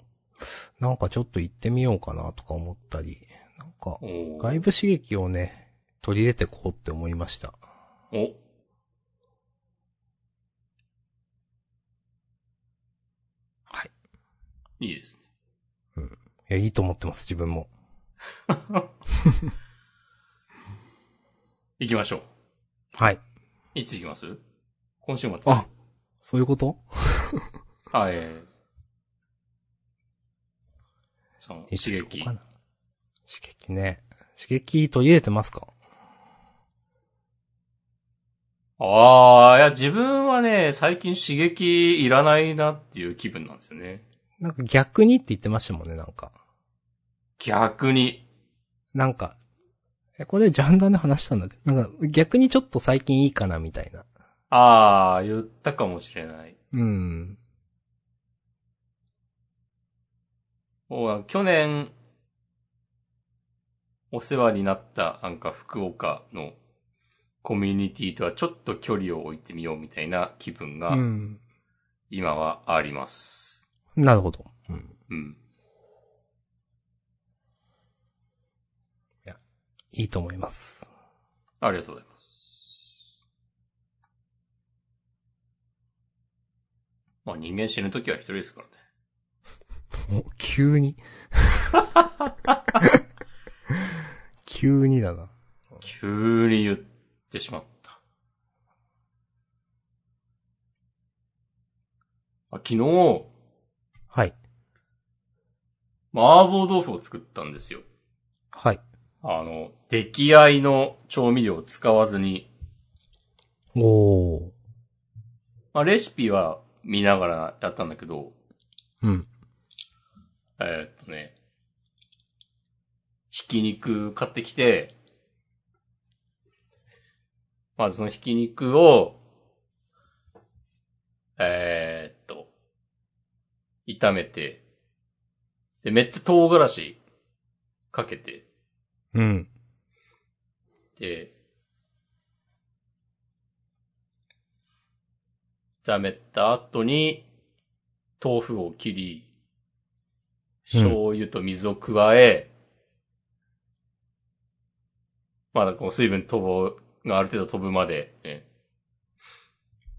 Speaker 1: なんかちょっと行ってみようかなとか思ったり、なんか
Speaker 2: おお
Speaker 1: 外部刺激をね、取り入れてこうって思いました。
Speaker 2: お
Speaker 1: はい。
Speaker 2: いいですね。
Speaker 1: いや、いいと思ってます、自分も。
Speaker 2: 行きましょう。
Speaker 1: はい。
Speaker 2: いつ行きます今週末。
Speaker 1: あそういうこと
Speaker 2: はい。えーその、刺
Speaker 1: 一緒に
Speaker 2: 激
Speaker 1: 行こう。かな刺激ね。刺激取り入れてますか
Speaker 2: ああ、いや、自分はね、最近刺激いらないなっていう気分なんですよね。
Speaker 1: なんか逆にって言ってましたもんね、なんか。
Speaker 2: 逆に。
Speaker 1: なんか、えこれジャンダーで話したんだけど、なんか逆にちょっと最近いいかなみたいな。
Speaker 2: ああ、言ったかもしれない。
Speaker 1: うん。
Speaker 2: もう去年、お世話になった、なんか福岡のコミュニティとはちょっと距離を置いてみようみたいな気分
Speaker 1: う
Speaker 2: が、
Speaker 1: ん。
Speaker 2: 今はあります。
Speaker 1: なるほど。うん。
Speaker 2: うん。
Speaker 1: いいと思います。
Speaker 2: ありがとうございます。まあ人間死ぬときは一人ですからね。
Speaker 1: お、急に。 急にだな。
Speaker 2: 急に言ってしまった。あ昨日、
Speaker 1: はい。
Speaker 2: 麻婆豆腐を作ったんですよ。
Speaker 1: はい。
Speaker 2: あの、出来合いの調味料を使わずに、
Speaker 1: おー。
Speaker 2: まあ、レシピは見ながらやったんだけど、
Speaker 1: うん。
Speaker 2: えーっとね、ひき肉買ってきて、まずそのひき肉を、えーっと、炒めて、で、めっちゃ唐辛子かけて、
Speaker 1: うん。
Speaker 2: で、炒めた後に、豆腐を切り、
Speaker 1: うん
Speaker 2: 醤油と水を加え、まだこう水分飛ぶ、がある程度飛ぶまで、ね、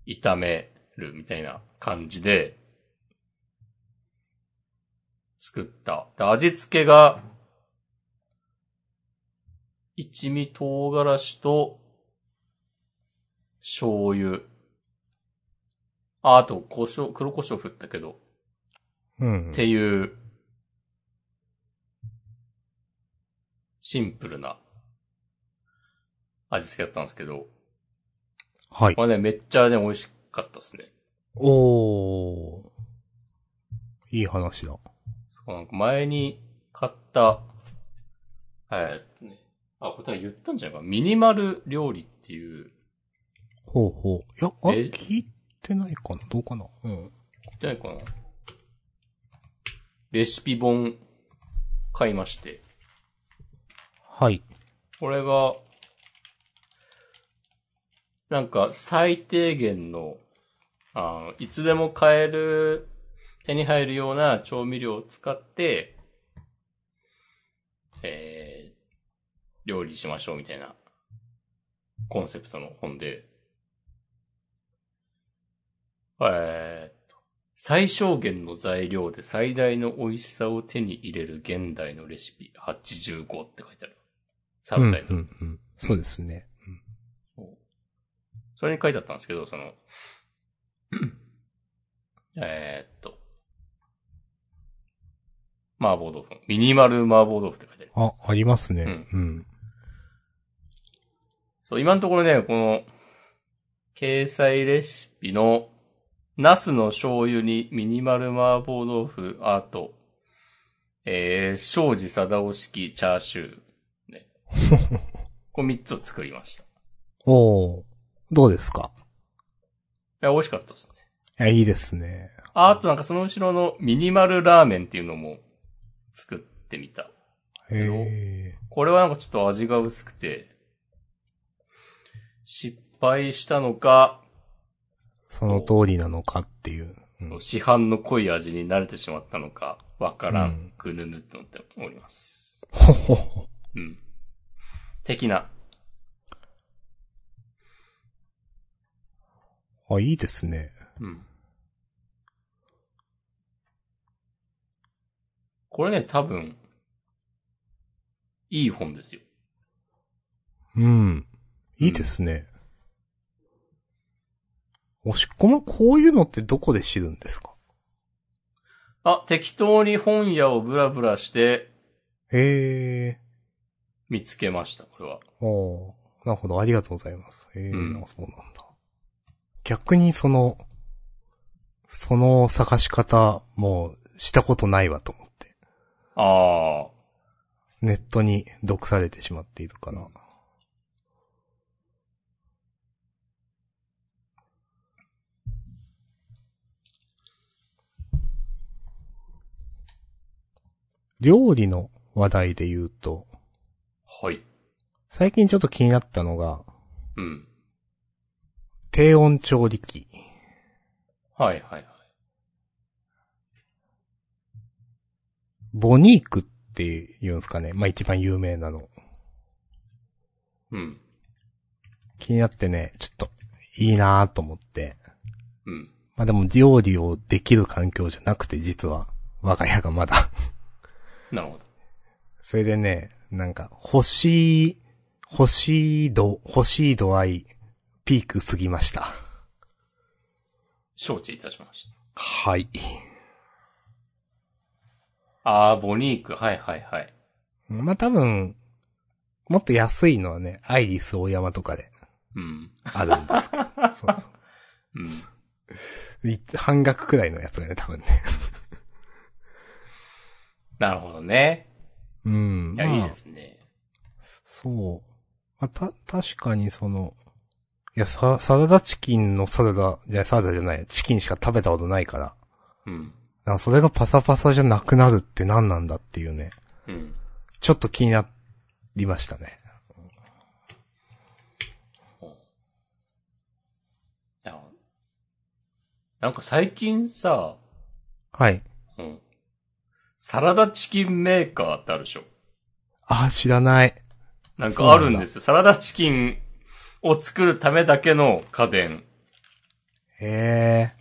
Speaker 2: 炒めるみたいな感じで、作った。で味付けが、一味唐辛子と、醤油。あ、あと、胡椒、黒胡椒振ったけど。
Speaker 1: うん
Speaker 2: っ。ていう、シンプルな味付けだったんですけど。
Speaker 1: はい。
Speaker 2: まあね、めっちゃね、美味しかったですね。
Speaker 1: おー。いい話だ。
Speaker 2: なんか前に買った、えーっとねあ、これ多分言ったんじゃないかな。ミニマル料理っていう、
Speaker 1: ほうほう。いや、あ、
Speaker 2: え
Speaker 1: 聞いてないかなどうかなうん。
Speaker 2: じゃないかな。レシピ本買いまして。
Speaker 1: はい。
Speaker 2: これが、なんか最低限の、あのいつでも買える、手に入るような調味料を使って、えー、料理しましょうみたいな、コンセプトの本で、えーっと、最小限の材料で最大の美味しさを手に入れる現代のレシピ85って書いてある。サ
Speaker 1: う
Speaker 2: ブ
Speaker 1: ん、
Speaker 2: タイト
Speaker 1: う
Speaker 2: ル。
Speaker 1: ん、うん。そうですね。
Speaker 2: それに書いてあったんですけど、その、 えーっと、麻婆豆腐。ミニマル麻婆豆腐って書いてありま
Speaker 1: あ
Speaker 2: す。、
Speaker 1: ありますね。
Speaker 2: うん
Speaker 1: うん。
Speaker 2: そう、今のところね、この、掲載レシピの、茄子の醤油にミニマル麻婆豆腐、アート、えー、庄司貞夫式チャーシュー、ね。この3つを作りました。い
Speaker 1: おー。どうですか
Speaker 2: や、美味しかったですね。
Speaker 1: いや、いいですね。
Speaker 2: あ、あとなんかその後ろのミニマルラーメンっていうのも作ってみた。
Speaker 1: へ
Speaker 2: これはなんかちょっと味が薄くて、失敗したのか、
Speaker 1: ー。その通りなのかっていう。うん
Speaker 2: 市販の濃い味に慣れてしまったのか、わからん、ぐぬぬって思っております。
Speaker 1: ほほほ。
Speaker 2: うん。的な。
Speaker 1: あ、いいですね。
Speaker 2: うん。これね、多分、いい本ですよ。
Speaker 1: うん。いいですね。おしっこもこういうのってどこで知るんですか
Speaker 2: あ、適当に本屋をブラブラして
Speaker 1: へ
Speaker 2: 見つけました、これは。
Speaker 1: ー。おー。なるほど、ありがとうございます。へー、
Speaker 2: うん
Speaker 1: あそうなんだ。逆にその、その探し方、もう、したことないわと思って。
Speaker 2: ああ。
Speaker 1: ネットに読されてしまっているから。料理の話題で言うと、
Speaker 2: はい。
Speaker 1: 最近ちょっと気になったのが、
Speaker 2: うん。
Speaker 1: 低温調理器。
Speaker 2: はいはいはい。
Speaker 1: ボニークっていうんですかね。まあ、一番有名なの。
Speaker 2: うん。
Speaker 1: 気になってね、ちょっと、いいなぁと思って。
Speaker 2: うん。
Speaker 1: まあでも料理をできる環境じゃなくて実は我が家がまだ。
Speaker 2: なるほど。
Speaker 1: それでね、なんか欲しい、欲しい度、欲しい度合い、ピーク過ぎました。
Speaker 2: 承知いたしまし
Speaker 1: はい。
Speaker 2: た。ああ、ボニーク。はいはいはい。
Speaker 1: まあ多分、もっと安いのはね、アイリス大山とかで
Speaker 2: うん。
Speaker 1: あるんですけ ど。そうそ
Speaker 2: うん。
Speaker 1: うい半額くらいのやつがね、多分ね。
Speaker 2: なるほどね。
Speaker 1: ううん。
Speaker 2: いや、
Speaker 1: まあ
Speaker 2: いいですね。
Speaker 1: そう。あ、た、確かにその、いや、ササラダチキンのサラダ、じゃあサラダじゃない、チキンしか食べたことないから。
Speaker 2: うん。
Speaker 1: なんかそれがパサパサじゃなくなるって何なんだっていうね。
Speaker 2: うん。
Speaker 1: ちょっと気になりましたね。
Speaker 2: いやなんか最近さ、
Speaker 1: はい。
Speaker 2: うん。サラダチキンメーカーってあるでしょ
Speaker 1: あ、知らない。
Speaker 2: なんかあるんですよ。サラダチキンを作るためだけの家電。
Speaker 1: へえ。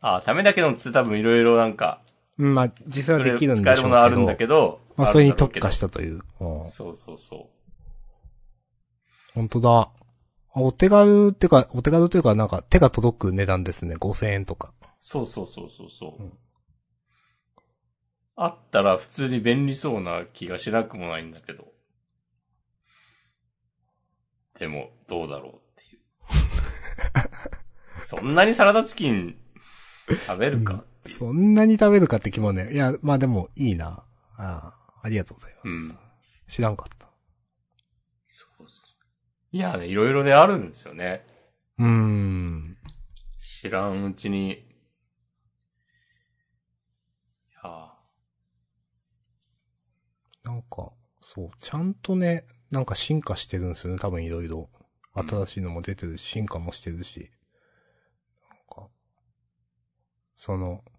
Speaker 2: あ、ためだけのつって多分いろいろなんか、
Speaker 1: うんまあ、実際はできるんでしょうけど。
Speaker 2: 使えるものあるんだけど。。
Speaker 1: まあ、それに特化したたという。うん
Speaker 2: そうそうそ
Speaker 1: 本当だ。あお手軽っていうか、お手軽というか、なんか手が届く値段ですね。5000円とか。
Speaker 2: う。そうそうそうそうそう、
Speaker 1: うん
Speaker 2: あったら普通に便利そうな気がしなくもないんだけど。でも、どうだろうって いう。そんなにサラダチキン食べるかっていう
Speaker 1: そんなに食べるかって気もね。いや、まあでも、いいな。ああ、ありがとうございます。
Speaker 2: うん
Speaker 1: 知らんかった。
Speaker 2: そうそうそういやね、いろいろね、あるんですよね。
Speaker 1: うーん。
Speaker 2: 知らんうちに。いや
Speaker 1: なんか、そう、ちゃんとね、なんか進化してるんですよね。多分いろいろ。
Speaker 2: うん
Speaker 1: 新しいのも出てるし、進化もしてるし。なんか、その、い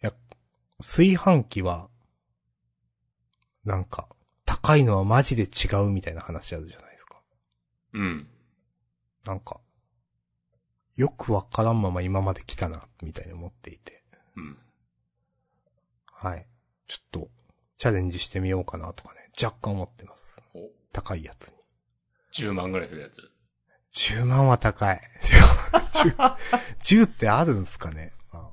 Speaker 1: や、炊飯器は、なんか、高いのはマジで違うみたいな話あるじゃないですか。
Speaker 2: うん。
Speaker 1: なんか、よくわからんまま今まで来たな、みたいに思っていて。
Speaker 2: うん。
Speaker 1: はい。ちょっと、チャレンジしてみようかなとかね、若干思ってます。
Speaker 2: お
Speaker 1: 高いやつに。
Speaker 2: 10万ぐらいするやつ。
Speaker 1: 10万は高い。10, 10ってあるんすかね、ま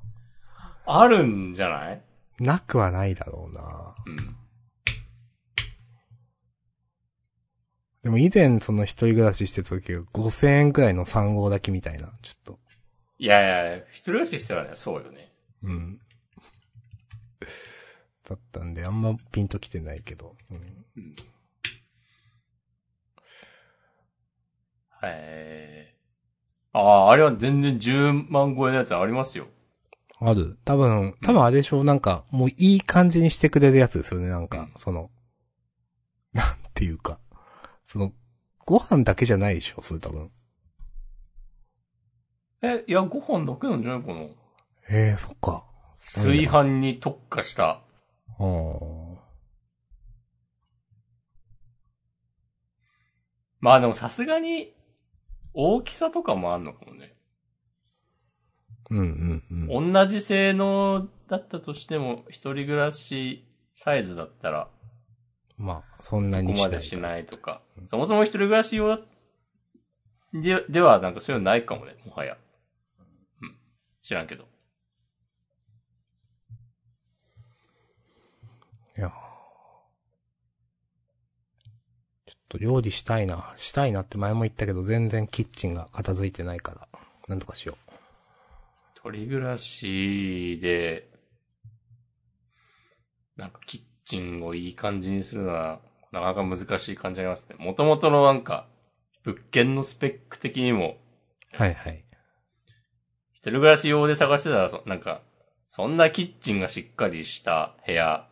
Speaker 2: あるんじゃない
Speaker 1: あなくはないだろうな。
Speaker 2: うん。
Speaker 1: でも以前その一人暮らししてた時は5000円くらいの3号だけみたいな、ちょっと。
Speaker 2: いやいや、一人暮らししてたらね、そうよね。
Speaker 1: うん。だったんで、あんまピンときてないけど。うん、
Speaker 2: うん。へー。ああ、あれは全然10万超えのやつありますよ。
Speaker 1: ある。多分、多分あれでしょう、なんか、もういい感じにしてくれるやつですよね、なん
Speaker 2: う
Speaker 1: か
Speaker 2: ん、
Speaker 1: その、なんていうか。その、ご飯だけじゃないでしょ、それ多分。
Speaker 2: え、いや、ご飯だけなんじゃないかな
Speaker 1: ええー、そっか。
Speaker 2: 炊飯に特化した。
Speaker 1: うん。
Speaker 2: まあでもさすがに、大きさとかもあんのかもね。
Speaker 1: うんうんうん。
Speaker 2: 同じ性能だったとしても、一人暮らしサイズだったら、
Speaker 1: まあ、そんな
Speaker 2: ここ
Speaker 1: に
Speaker 2: ま
Speaker 1: し
Speaker 2: で
Speaker 1: ない。
Speaker 2: しないとか。そもそも一人暮らし用で、ではなんかそういうのないかもね、もはや。うん。知らんけど。
Speaker 1: いや。ちょっと料理したいな。したいなって前も言ったけど、全然キッチンが片付いてないから、なんとかしよう。
Speaker 2: 一人暮らしで、なんかキッチンをいい感じにするのは、なかなか難しい感じありますね。元々のなんか、物件のスペック的にも、
Speaker 1: はいはい。
Speaker 2: 一人暮らし用で探してたら、そなんか、そんなキッチンがしっかりした部屋、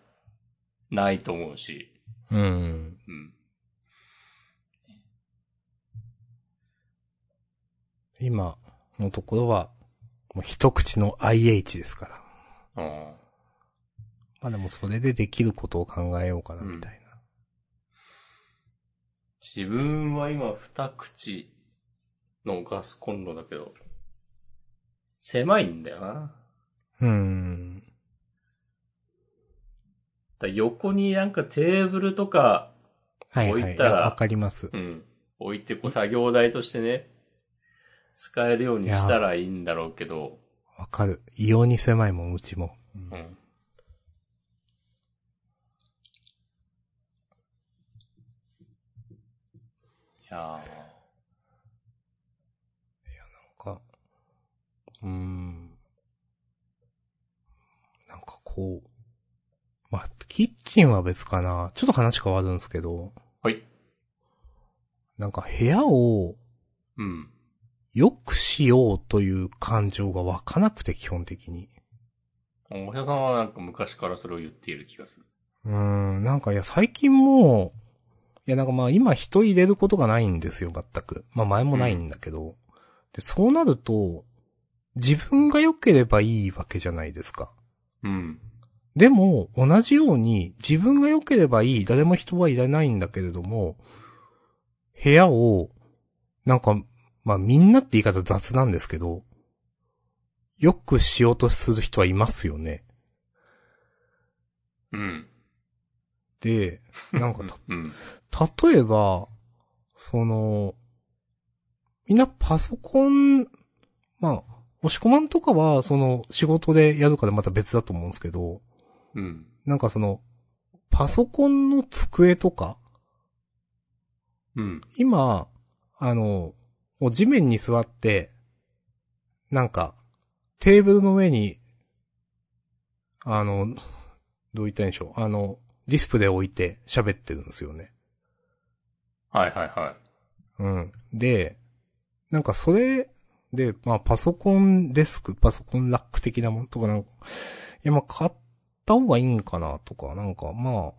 Speaker 2: ないと思うし、
Speaker 1: うん。
Speaker 2: うん。
Speaker 1: 今のところは、もう一口の IH ですから。
Speaker 2: うん
Speaker 1: まあでもそれでできることを考えようかな、みたいな。
Speaker 2: 自分は今二口のガスコンロだけど、狭いんだよな。だか
Speaker 1: うん。
Speaker 2: ら横になんかテーブルとか、
Speaker 1: はいは
Speaker 2: 置
Speaker 1: い。
Speaker 2: い
Speaker 1: い
Speaker 2: たら
Speaker 1: やわかります。
Speaker 2: うん、置いてこう作業台としてね、使えるようにしたらいいんだろうけど、
Speaker 1: わかる。異様に狭いもん、うちも。
Speaker 2: うん。いや
Speaker 1: か、うーん。なんかこう、まあ、キッチンは別かな。ちょっと話変わるんですけど、
Speaker 2: はい。
Speaker 1: なんか部屋を
Speaker 2: うん。
Speaker 1: 良くしようという感情が湧かなくて、基本的に。
Speaker 2: お部屋さんはなんか昔からそれを言っている気がする。
Speaker 1: うーん、なんかいや、最近もう、いやなんかまあ今人入れることがないんですよ、全く。まあ前もないんだけど。で、そうなると、自分が良ければいいわけじゃないですか。
Speaker 2: うん。
Speaker 1: でも、同じように、自分が良ければいい、誰も人はいらないんだけれども、部屋を、なんか、まあみんなって言い方雑なんですけど、よくしようとする人はいますよね。
Speaker 2: うん。
Speaker 1: で、なんかた
Speaker 2: うん。
Speaker 1: 例えば、その、みんなパソコン、まあ、押し込まんとかは、その、仕事でやるからまた別だと思うんですけど、
Speaker 2: うん。
Speaker 1: なんかその、パソコンの机とか、
Speaker 2: うん。
Speaker 1: 今、あの、もう地面に座って、なんか、テーブルの上に、あの、どう言ったらいいんでしょう、あの、ディスプレイ置いて喋ってるんですよね。
Speaker 2: はいはいは
Speaker 1: うん。で、なんかそれで、まあパソコンデスク、パソコンラック的なものとかなんか、いやまあ買った方がいいんかなとか、なんかま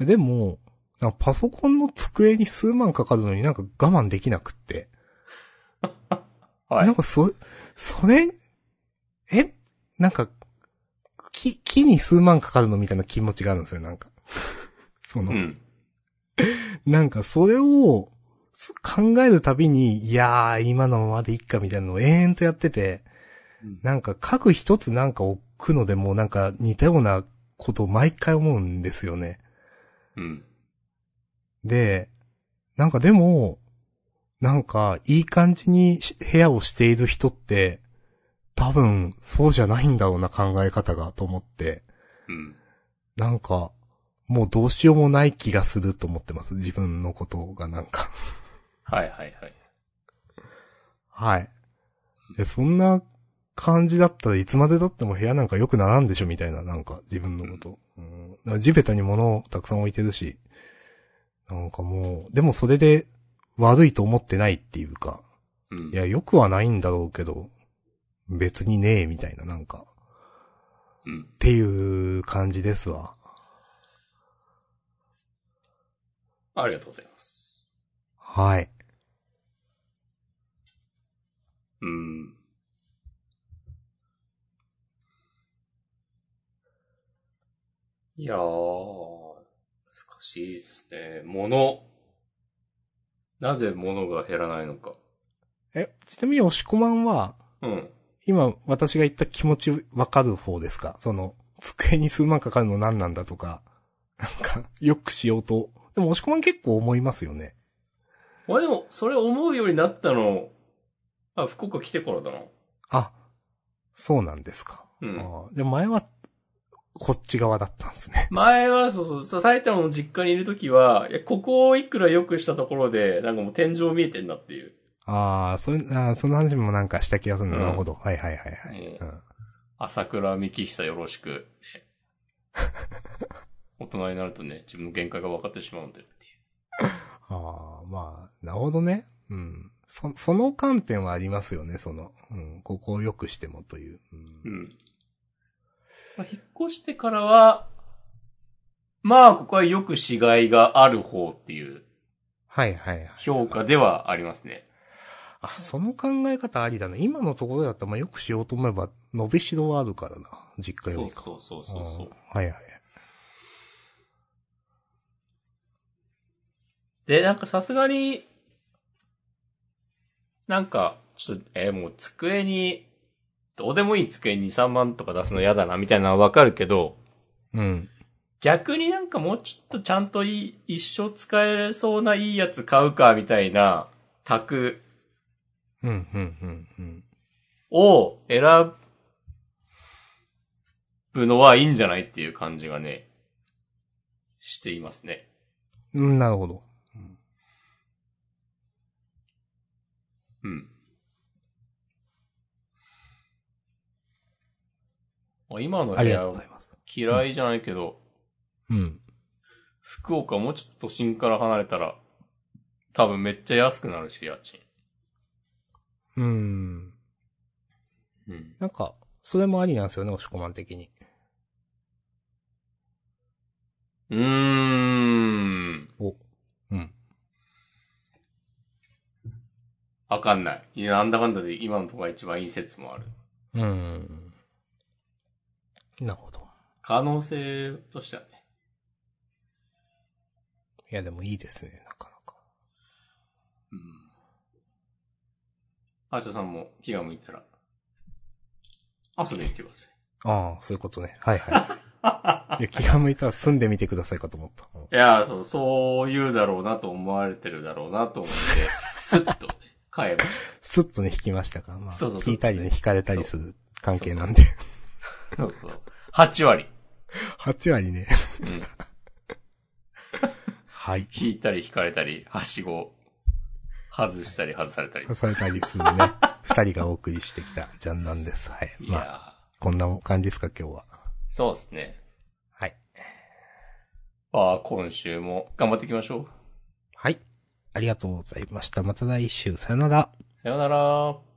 Speaker 1: あ、でも、なんかパソコンの机に数万かかるのになんか我慢できなくって。
Speaker 2: い。は
Speaker 1: なん
Speaker 2: い。
Speaker 1: かそ、それ、えなんか、木、木に数万かかるのみたいな気持ちがあるんですよ、なんか。 その、
Speaker 2: うん。
Speaker 1: なんかそれをす考えるたびに、いやー、今のままでいっかみたいなのを延々とやってて、なんか書く一つなんか置くのでもうなんか似たようなことを毎回思うんですよね。
Speaker 2: うん。
Speaker 1: で、なんかでも、なんかいい感じにし部屋をしている人って、多分そうじゃないんだろうな考え方がと思って、
Speaker 2: うん。
Speaker 1: なんか、もうどうしようもない気がすると思ってます。自分のことがなんか。
Speaker 2: はいはいはい。
Speaker 1: はい。え、そんな感じだったらいつまでだっても部屋なんか良くならんでしょみたいな、なんか自分のこと。うん。だから地べたに物をたくさん置いてるし、なんかもう、でもそれで悪いと思ってないっていうか、
Speaker 2: う
Speaker 1: い
Speaker 2: ん。
Speaker 1: や、良くはないんだろうけど、別にねえみたいな、なんか、
Speaker 2: うん。
Speaker 1: っていう感じですわ。
Speaker 2: ありがとうございます。
Speaker 1: はい。
Speaker 2: うん。いやー、難しいですね。物。なぜ物が減らないのか。
Speaker 1: え、ちなみに押し込まんは、
Speaker 2: うん。
Speaker 1: 今私が言った気持ちわかる方ですかその、机に数万かかるの何なんだとか、なんか、よくしようと。でも、押し込まん結構思いますよね。
Speaker 2: 俺でも、それ思うようになったの、あ、福岡来てからだな。
Speaker 1: あ、そうなんですか。
Speaker 2: うん
Speaker 1: あーじゃあ前は、こっち側だったんですね。
Speaker 2: 前は、そうそうさ、埼玉の実家にいるときは、いや、ここをいくら良くしたところで、なんかもう天井見えてんなっていう。
Speaker 1: ああ、それ、あーその話もなんかした気がするな。
Speaker 2: うん
Speaker 1: なるほど。はいはいはいはい。
Speaker 2: う
Speaker 1: うん
Speaker 2: 朝倉幹久よろしく。ね大人になるとね、自分の限界が分かってしまうんだよってい
Speaker 1: ああ、まあ、なるほどね。うん。そ、その観点はありますよね、その。うん。ここを良くしてもという。うん
Speaker 2: う。うん。まあ、引っ越してからは、まあ、ここはよく死骸がある方っていう
Speaker 1: はいはいはい。
Speaker 2: 評価ではありますね。
Speaker 1: あ、その考え方ありだな。今のところだったら、まあ、よくしようと思えば、伸びしろはあるからな。実家
Speaker 2: そ
Speaker 1: よ
Speaker 2: う
Speaker 1: りか。
Speaker 2: そうそうそうそう。
Speaker 1: んはいはい。
Speaker 2: で、なんかさすがに、なんか、ちょっと、えーもう机に、どうでもいい机に2、3万とか出すの嫌だな、みたいなのはわかるけど、
Speaker 1: うん。
Speaker 2: 逆になんかもうちょっとちゃんといい、一生使えれそうないいやつ買うか、みたいな、択
Speaker 1: うん、うん、うん、うん。
Speaker 2: を選ぶのはいいんじゃないっていう感じがね、していますね。
Speaker 1: うん、なるほど。
Speaker 2: うん。今の
Speaker 1: あ
Speaker 2: 部
Speaker 1: りがと
Speaker 2: 屋
Speaker 1: うございます。
Speaker 2: 嫌いじゃないけど、
Speaker 1: うん。
Speaker 2: 福岡もうちょっと都心から離れたら、多分めっちゃ安くなるし、家賃。
Speaker 1: うん。
Speaker 2: うん。
Speaker 1: なんか、それもありなんですよね、押し込まん的に。
Speaker 2: うーん。
Speaker 1: お。うん。
Speaker 2: わかんない。いや、なんだかんだで今のとこが一番いい説もある。
Speaker 1: うん。なるほど。
Speaker 2: 可能性としてはね。
Speaker 1: いや、でもいいですね、なかなか。
Speaker 2: うん。アーシャさんも気が向いたら、遊びに来てください。
Speaker 1: ああ、そういうことね。はい はい。いや、気が向いたら住んでみてくださいかと思った。うん
Speaker 2: いや、そう、そう言うだろうなと思われてるだろうな と思って、スッとね、買えば。
Speaker 1: スッとね、引きましたから、まあ、
Speaker 2: そうそうそう
Speaker 1: 引いたりね、引かれたりする関係なんで。
Speaker 2: そうそう。8割。
Speaker 1: 8割ね。
Speaker 2: うん。
Speaker 1: はい。
Speaker 2: 引いたり引かれたり、はしご、外したり外されたり。
Speaker 1: されたりするね。二人がお送りしてきたジャンなんです。はい。
Speaker 2: い
Speaker 1: まあ、
Speaker 2: や
Speaker 1: こんな感じですか、今日は。
Speaker 2: ーそうですね。
Speaker 1: はい。
Speaker 2: ああ、今週も頑張っていきましょう。
Speaker 1: はい。ありがとうございました。また来週、さよなら。
Speaker 2: さよなら。